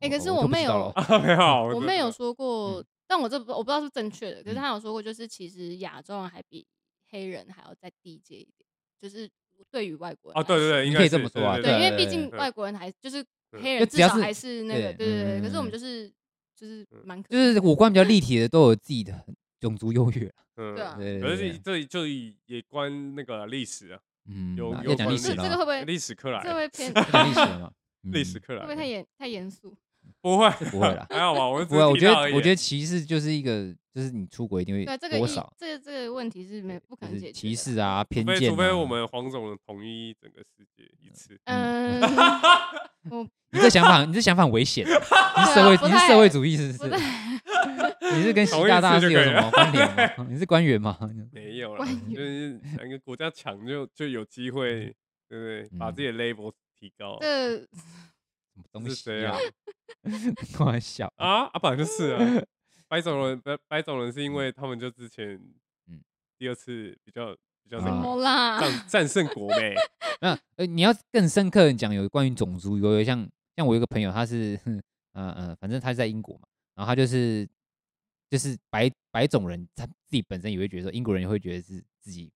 哎可是我我就不妹知道有了啊，没有，我真的妹有说过嗯，但我这不我不知道是正确的，可是嗯她有说过，就是其实亚洲人还比黑人还要再低阶一点，就是对于外国人哦，对对来说对，应你该可以这是么说啊对对，对因为对毕竟对外国人还就是嗯黑就人只至要少是还是那个，对对对对，可是我嗯们就是就是蛮可就是五官比较立体的都有自己的种族优越啊。嗯对啊对可对是对，这这里也关那个历史啊，嗯，有啊有要讲关历系史了这这个啊，会不会历史课来这的，会偏要讲历史了嘛？历嗯史课会来不会太的，严太严肃？不会不会啦还好吧，我不会，啊我觉得我觉得得歧视就是一个，就是你出国一定会对，啊这个多议少这个这个问题是没不可就能解是决歧的视啦。啊、偏除非见啊。除非我们黄种人统一整个世界一次，嗯， 你这想法，你这想法很危险的。你是社对啊会，不你是太社会主义是不不是？太你是跟习大大是有什 么关联吗？ 你是官员吗？没有啦，关于就是哪个国家强就就有机会，对不对？把嗯自己的 level 提高这什么东是西谁 啊？ 开玩笑，啊啊，本来就是啊，白种人白白种人是因为他们就之前嗯第二次比较比较啊那怎个么啦？战战胜国呗，没有，呃，你要更深刻的讲有关于种族优越，像像我有一个朋友，他是， 呃呃，反正他是在英国嘛，然后他就是就是白白种人，他自己本身也会觉得说，英国人也会觉得是自己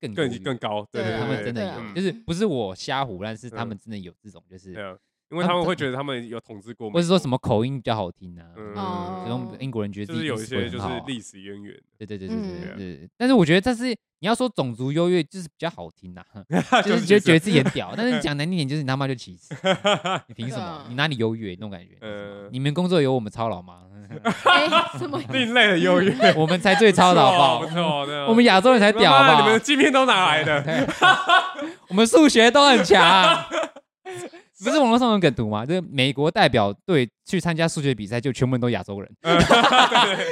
更优越更更高，对对对啊他们对真的对有，啊就是不是我瞎胡，但是他嗯们真的有这种，就是对啊，因为他他们们会真觉得他们有统治过美国，或是说什么口音比较好听啊，嗯嗯，这种哦英国人觉得就自是己有一历史会些很就好是啊历史渊 源，对对对对对对嗯对，但是我觉得这是你要说种族优越，就是比较好听呐、就是 就觉得觉得是自己很屌，但是你讲难听点，就是你他妈就 歧视，你凭什对么啊？你哪里优越那种感觉？呃你们工作有我们操劳吗？ 哎，什么？另类的优越，我们才 最操劳好不不错好？不错，对啊我们亚洲人才屌妈吧你？们的镜片都哪来 的？啊我们数学都 很强。啊不是网络上有梗图吗？就是美国代表队去参加数学比赛，就全部人都亚 洲人，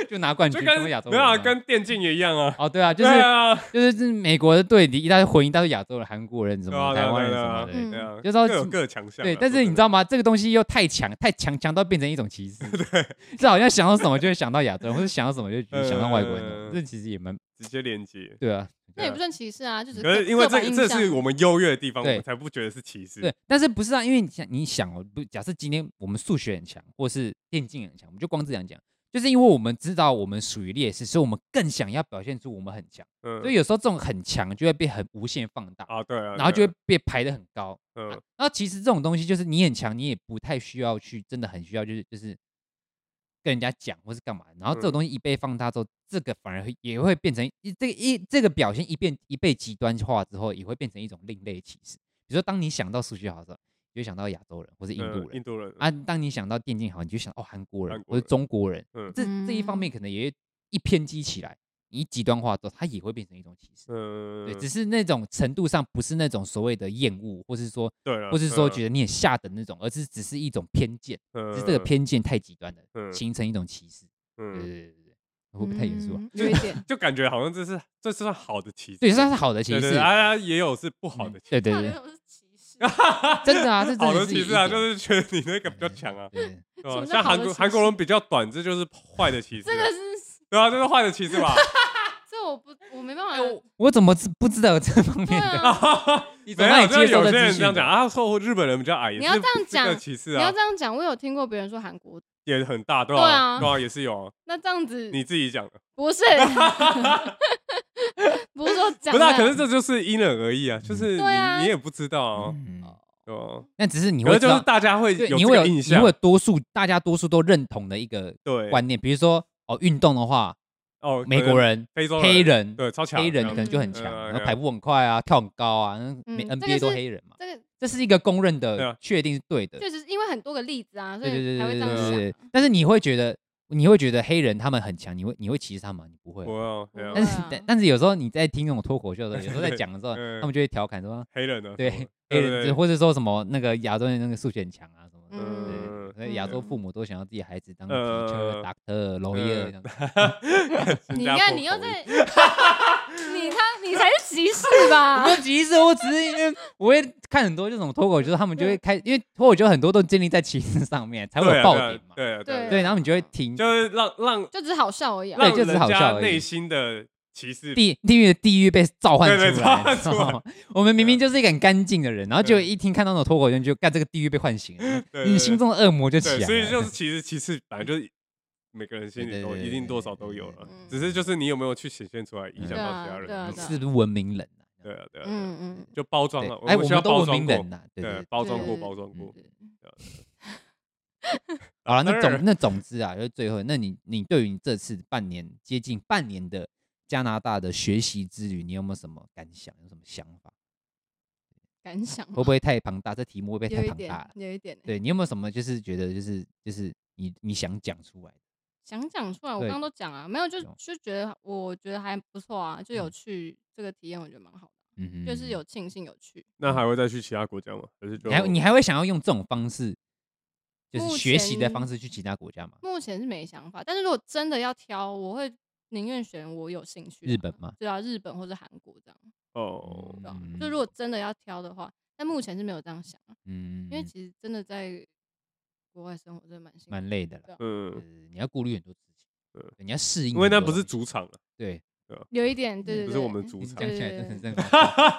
就拿冠就军，全跟部亚洲没人有啊。啊跟电竞也一样啊，哦，对啊，就是对 啊，就是这美国的队里一大堆混一大堆亚洲人、韩国人什对啊么对啊台湾人对什啊么的，嗯对啊，就知道各有是各的强项啊。对，但是你知道，道吗？这个东西又太强，太强，强到变成一 种歧视。对，就是好像想到什么就会想到亚洲人，或者想到什么就觉得想到外国人那种，嗯这其实也蛮直接连接。对啊，那也不算歧视啊，就 只可是因为这个这是我们优越的地方，我对们才不觉得是歧视。对，但是不是啊？因为你想，你想哦，不，假设今天我们数学很强，或是电竞很强，我们就光这样讲，就是因为我们知道我们属于劣势，所以我们更想要表现出我们很强，嗯，所以有时候这种很强就会被很无限放大，啊，对啊，然后对就啊会被排得很高。嗯，然后其实这种东西就是你很强，你也不太需要去真的很需要，就是就是跟人家讲或是干嘛。然后这种嗯东西一被放大之后，这个反而会也会变成一这个一这个表现一变一被极端化之后，也会变成一种另类歧视。比如说，当你想到数学好的时候，你就想到亚洲人或是印嗯度人印度人啊；当你想到电竞好，你就想哦韩国人韩国或者人中国人。嗯这这一方面可能也会一偏激起来，你一极端化之后，它也会变成一种歧视。嗯，对，只是那种程度上不是那种所谓的厌恶，或是说对了，或是说得觉得你很下等那种，而是只是一种偏见，只是这个嗯，偏见太极端了，嗯形成一种歧视。对对嗯，对对对，会不会太严肃啊？嗯有一 点。就感觉好像这是这是算好的歧视，对，算是好的歧对对视对，啊，也有是不好的嗯歧 对对到底对，什对么是歧视？真的啊，这真好的的是歧一嗯视啊，点就是觉得你那个比较强啊，对对对对什吧？么叫像好韩的国歧韩国视人比较短，这就是坏的歧视啊，这个是对啊，这是坏的歧视 吧？这我不哎我没办法。哎我怎么知不知道有这方对 面的？啊，你没从哪有，里就是接受有的些人资这样讲讯的？啊，说日本人比较矮，也你要是这样个讲歧视你啊要这，样讲，我有听过别人说韩国，也很大，对对吧？啊对啊，也是有啊，那这样子你自己讲的。不 是，不是说讲不是、啊，的，可是这就是因人而异啊，就是你、对啊你也不知道啊，嗯，哦对吧？那只是你可会是知就是道，大家会对，有你这会个有印你象会，有多数大家多数都认同的一个对，观念，比如说哦，运动的话，哦，美可能国人、非洲黑人、对超强，黑人这样可能就很嗯强，嗯然后嗯跑步很快啊，跳很高啊，嗯美嗯这个 NBA 都是黑人嘛，这个这是一个公认对的啊，确定是对的。确实是因为很多个例子啊，所对对对以才会对这对样对对想。。但是你会觉得，你会觉得黑人他们很强，你会你会歧视他们吗？你不会啊。我要对但啊是对啊但但是有时候你在听那种脱口秀的时候，有时候在讲的时候，嗯他们就会调侃说，黑人呢，什么对的对黑人对或者说什么那个亚洲人那个数学很强啊什么的。嗯嗯，所以亚洲嗯父母都想要自己孩子当呃嗯 teacher、doctor、lawyer 这样子。新你加看，坡你又口音在，你他你才是歧视 吧没？有啊歧视，我只是因为我会看很多这种脱口秀，他们就会开，因为脱口秀很多都建立在歧视上面，才会嗯对有啊爆对啊点嘛。对啊对啊，对，然后你就会听就是让让就只是好笑而已啊。让就只是好人笑家而已内心的歧视地地狱的地狱被召唤出对来，对召唤出来啊你知道吗 我们明明就是一个很干净的人，然后对就一听看到那种脱口秀，你就干这个地狱被唤醒了，对对你心中的恶魔就起来对，了。所以就是其实其实本来就是每个人心里都对对对一定多少都有了对对，对只是就是你有没有去显现出来，影响对到啊其他对啊人你对。啊是文明人啊对啊对啊，对啊嗯嗯，就包装对了，哎，们我需要们都包文装明人过，呐，对对。包装对过对包装嗯过。好了，那当总然那总之啊，就是最后，那你你对于你这次半年接近半年的加拿大的学习之旅，你有没有什么感想？有什么想法？感想会不会太庞大？这题目会不会嗯有太一庞大点了，？有 一点欸。对你有没有什么就是觉得就是就是你你想讲出来的？想讲出来，我对刚刚都讲啊，没有就有就觉得我觉得还不错啊，就有嗯去这个体验，我觉得蛮好的，嗯哼，就是有庆幸有去。那还会再去其他国家吗？还是就你还你还会想要用这种方式，就是目学习的前方式去其他国家吗？目前是没想法，但是如果真的要挑，我会宁愿选我有兴趣的日啊本吗？对啊，日本或者韩国这样，哦，对啊，就如果真的要挑的话，但目前是没有这样想啊，嗯因为其实真的在国外生活真的蛮辛苦的，啊蛮累的啦，呃嗯，你要顾虑很多事情对，对你要适应很因多东西，为那不是主场啊，对，有一点嗯对对对，不是我们主你场讲。起来对真的对真的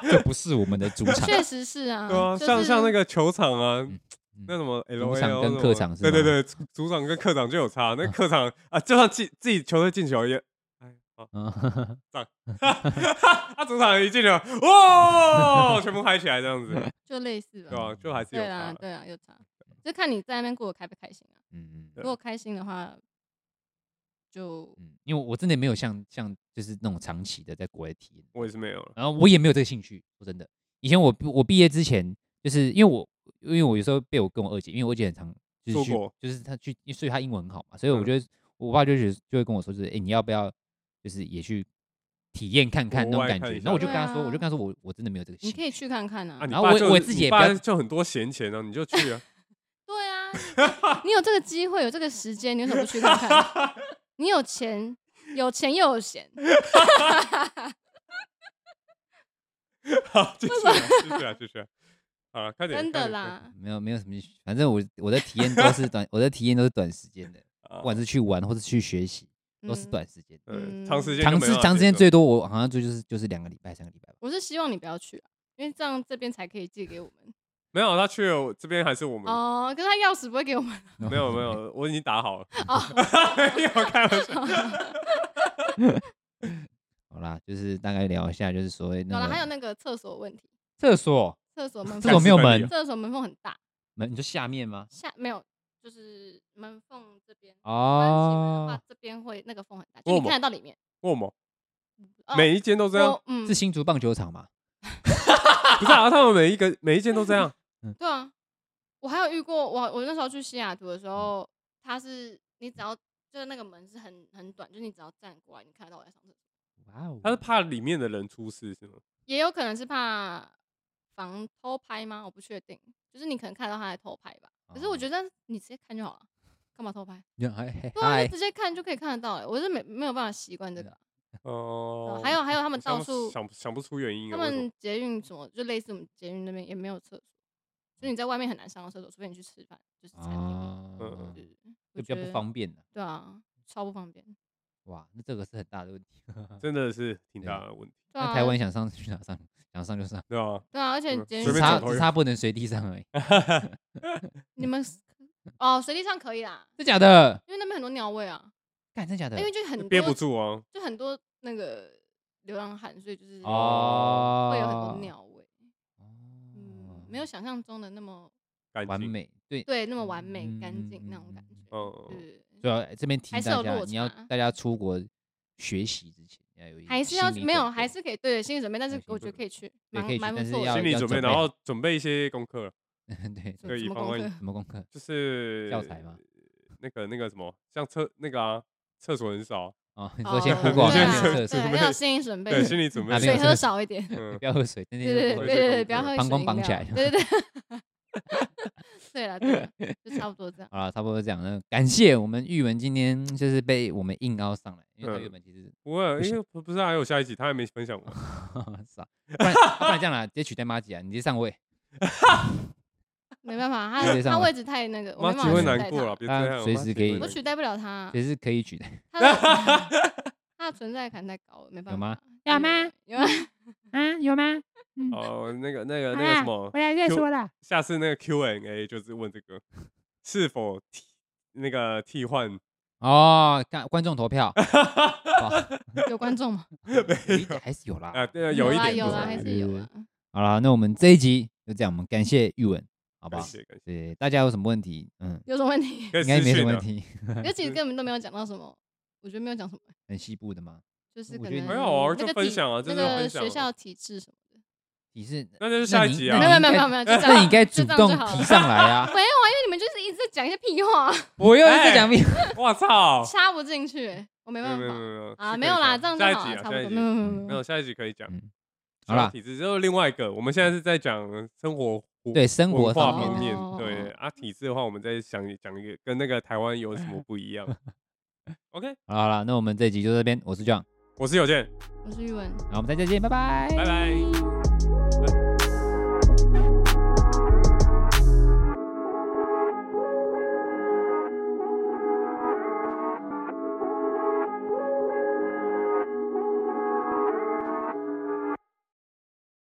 这不是我们的主 场，确实是啊，对啊，就像是像那个球场啊嗯，那什么 L 主 A 场跟客场是吗对对对，主主场跟客场就有差。那客场啊，就算进自己球队进球也，哎，好 嗯 啊，主场一进球，哇，全部嗨起来这样子，就类似吧对，吧？就还是有对差啦。对啊啦，有差，就看你在那边过得开不开心啊。嗯对嗯如果开心的话，就嗯，因为我真的没有像像就是那种长期的在国外体验，我也是没有了，然后我也没有这个兴趣，说真的，以前我我毕业之前，就是因为我因为我有时候被我跟我二姐，因为我二姐很常就是出去国就是她去，所以她英文很好嘛，所以我嗯觉得、我爸就觉得就会跟我说，就是哎、诶你要不要就是也去体验看看那国种外感看觉一？那我下就跟她说，对啊我就跟她说我我真的没有这个你兴可以趣。去看看啊啊，。你然后爸我就我是自己你也不爸要就很多闲钱啊，你就去啊， 对啊，你你有这个机会，有这个时间，你为什么不去看看？你有钱，有钱又有闲，好，继续啊，继续啊，继续啊，好了，快点，真快的点，啦。没有没有什么兴趣，反正我我的体验都是 短，我的体验都是短时间的，快不点啊管是去玩或是去学习，都是嗯短时间的。对嗯呃长时间就长没时办法长时间接受最多我好像最就是就是两个礼拜三个礼拜吧。我是希望你不要去啊，因为这样这边才可以借给我们。没有，他去了我这边还是我们哦，可是他钥匙不会给我们。没有没 有，我已经打好了， 哦，没有开玩 笑，好啦，就是大概聊一下，就是所谓好那了，个还有那个厕所问题，厕所，厕所门厕所缝，没有门厕所门缝很大，门，你说下面吗？下没有，就是门缝这边。关起门的哦话，，这边会那个缝很大，为就什你么看得到里面。为什么哦每一间都这样？我嗯是，新竹棒球场吗？不是啊，他们每一个每一间都这样，对啊，我还有遇过，我我那时候去西雅图的时候，它是你只要就是那个门是很很短，就是你只要站过来，你看得到我在上厕所。哇哦，他是怕里面的人出事是吗？也有可能是怕防偷拍吗？我不确定，就是你可能看到他在偷拍吧。可是哦我觉得你直接看就好了，干嘛偷拍？得嗨对啊，嗨嗯就，直接看就可以看得到了。我是没没有办法习惯这个啊、对哦啊，还有还有他他们到处，想不想不出原因他啊，为什么们捷运什么就类似我们捷运那边也没有厕所，所以你在外面很难上到厕所，除非你去吃饭，就是餐厅。哦嗯对，就比较不方便。便了。对啊，超不方便。哇，那这个是很大的问题。真的是挺大的问题，对那啊，台湾想上去哪上，想上就上，对 吧？对啊，而且嗯捷随运只便差走投只有差不能随地上而已。你们是哦随地上可以啦，真假的？因为那边很多鸟味啊，干真假的因？为就很憋多不，住啊，就很多那个流浪汉，所以就是哦会有很多鸟味，哦嗯，没有想象中的那么感完情，美，对，对那么完美嗯干嗯净那种感觉。嗯，对，就要这边提还醒是大有家，落你要差大家出国学习之前要有一还个是要心理没有准备还是可以对心理准备，但有是心理我觉准得可以去，对蛮可以去蛮不但是错要的。心理要准备，准备然后准备一些功课， 对什可以什么防功万课一什么功课就是教材吗？那个那个什么，像厕那个啊，厕所很少， 哦，你说哦先对 Google 啊先先测啊试对，要有心理准备对，，心理准备哪，边水有 喝少一点。嗯不，要喝水，对对对对对对，不要喝膀水胱饮绑起料来对对对， 对了，对了，就差不多这样。好了，差不多这样。那感谢我们玉文今天就是被我们硬凹上来，因为他嗯原本其实 不会，是因为不不是啊还有下一集，他还没分享完。傻，不然不然这样啦，直接取代马吉啊，你直接上位，没 办法，直接他上他来位置太那个，我妈没吉办法会取代难过他了，，别这他样，随妈时吉可以会我难取代不了他也，是可以取代。他的 他的存在感太高了，没办有吗法。有吗？有吗？啊，有吗？啊嗯，哦，那个那个好那个啊啦什么，回来再 Q- 说啦。下次那个 Q&A 就是问这个是否替那个替换哦，干观众 投票，有观众吗？有一点还是有啦。 啊，对啊， 有一啦点有多啦，少还感是有啊啦。好啦，那我们这一集就这样，我们感谢玉文，好不好？谢感谢，对，大家有什么问题？嗯，有什么 问题？ 可以应该私没什讯么啊问。题，因为其实根本都没有讲到什么，我觉得没有讲什么，很细部的吗？就是我可觉得能没有啊那就个分体享啊那真的个分享学啊校体制什么的。你是那就是那下一你集那啊你没有应没有没该有没有，就这那你样应该就主这样就动好提了。上来 啊！没有啊，因为你们就是一直在讲一些屁话，我又哎在 讲屁，我操！插不进去欸，我没没办有没有法没有啊，是可没以有啦，这讲样就下一集啊，好了，差不下一多，集没有没有嗯没没有有，下一集可以讲。嗯小好啦体质就是另外一个，我们现在是在讲生活对生活文化上面方面哦，对啊，体质的话，我们再想讲一个跟那个台湾有什么不一 样。OK，好啦好啦，那我们这一集就到这边，我是 John，我是有健，我是玉文。然后我们再见，拜拜，拜拜。拜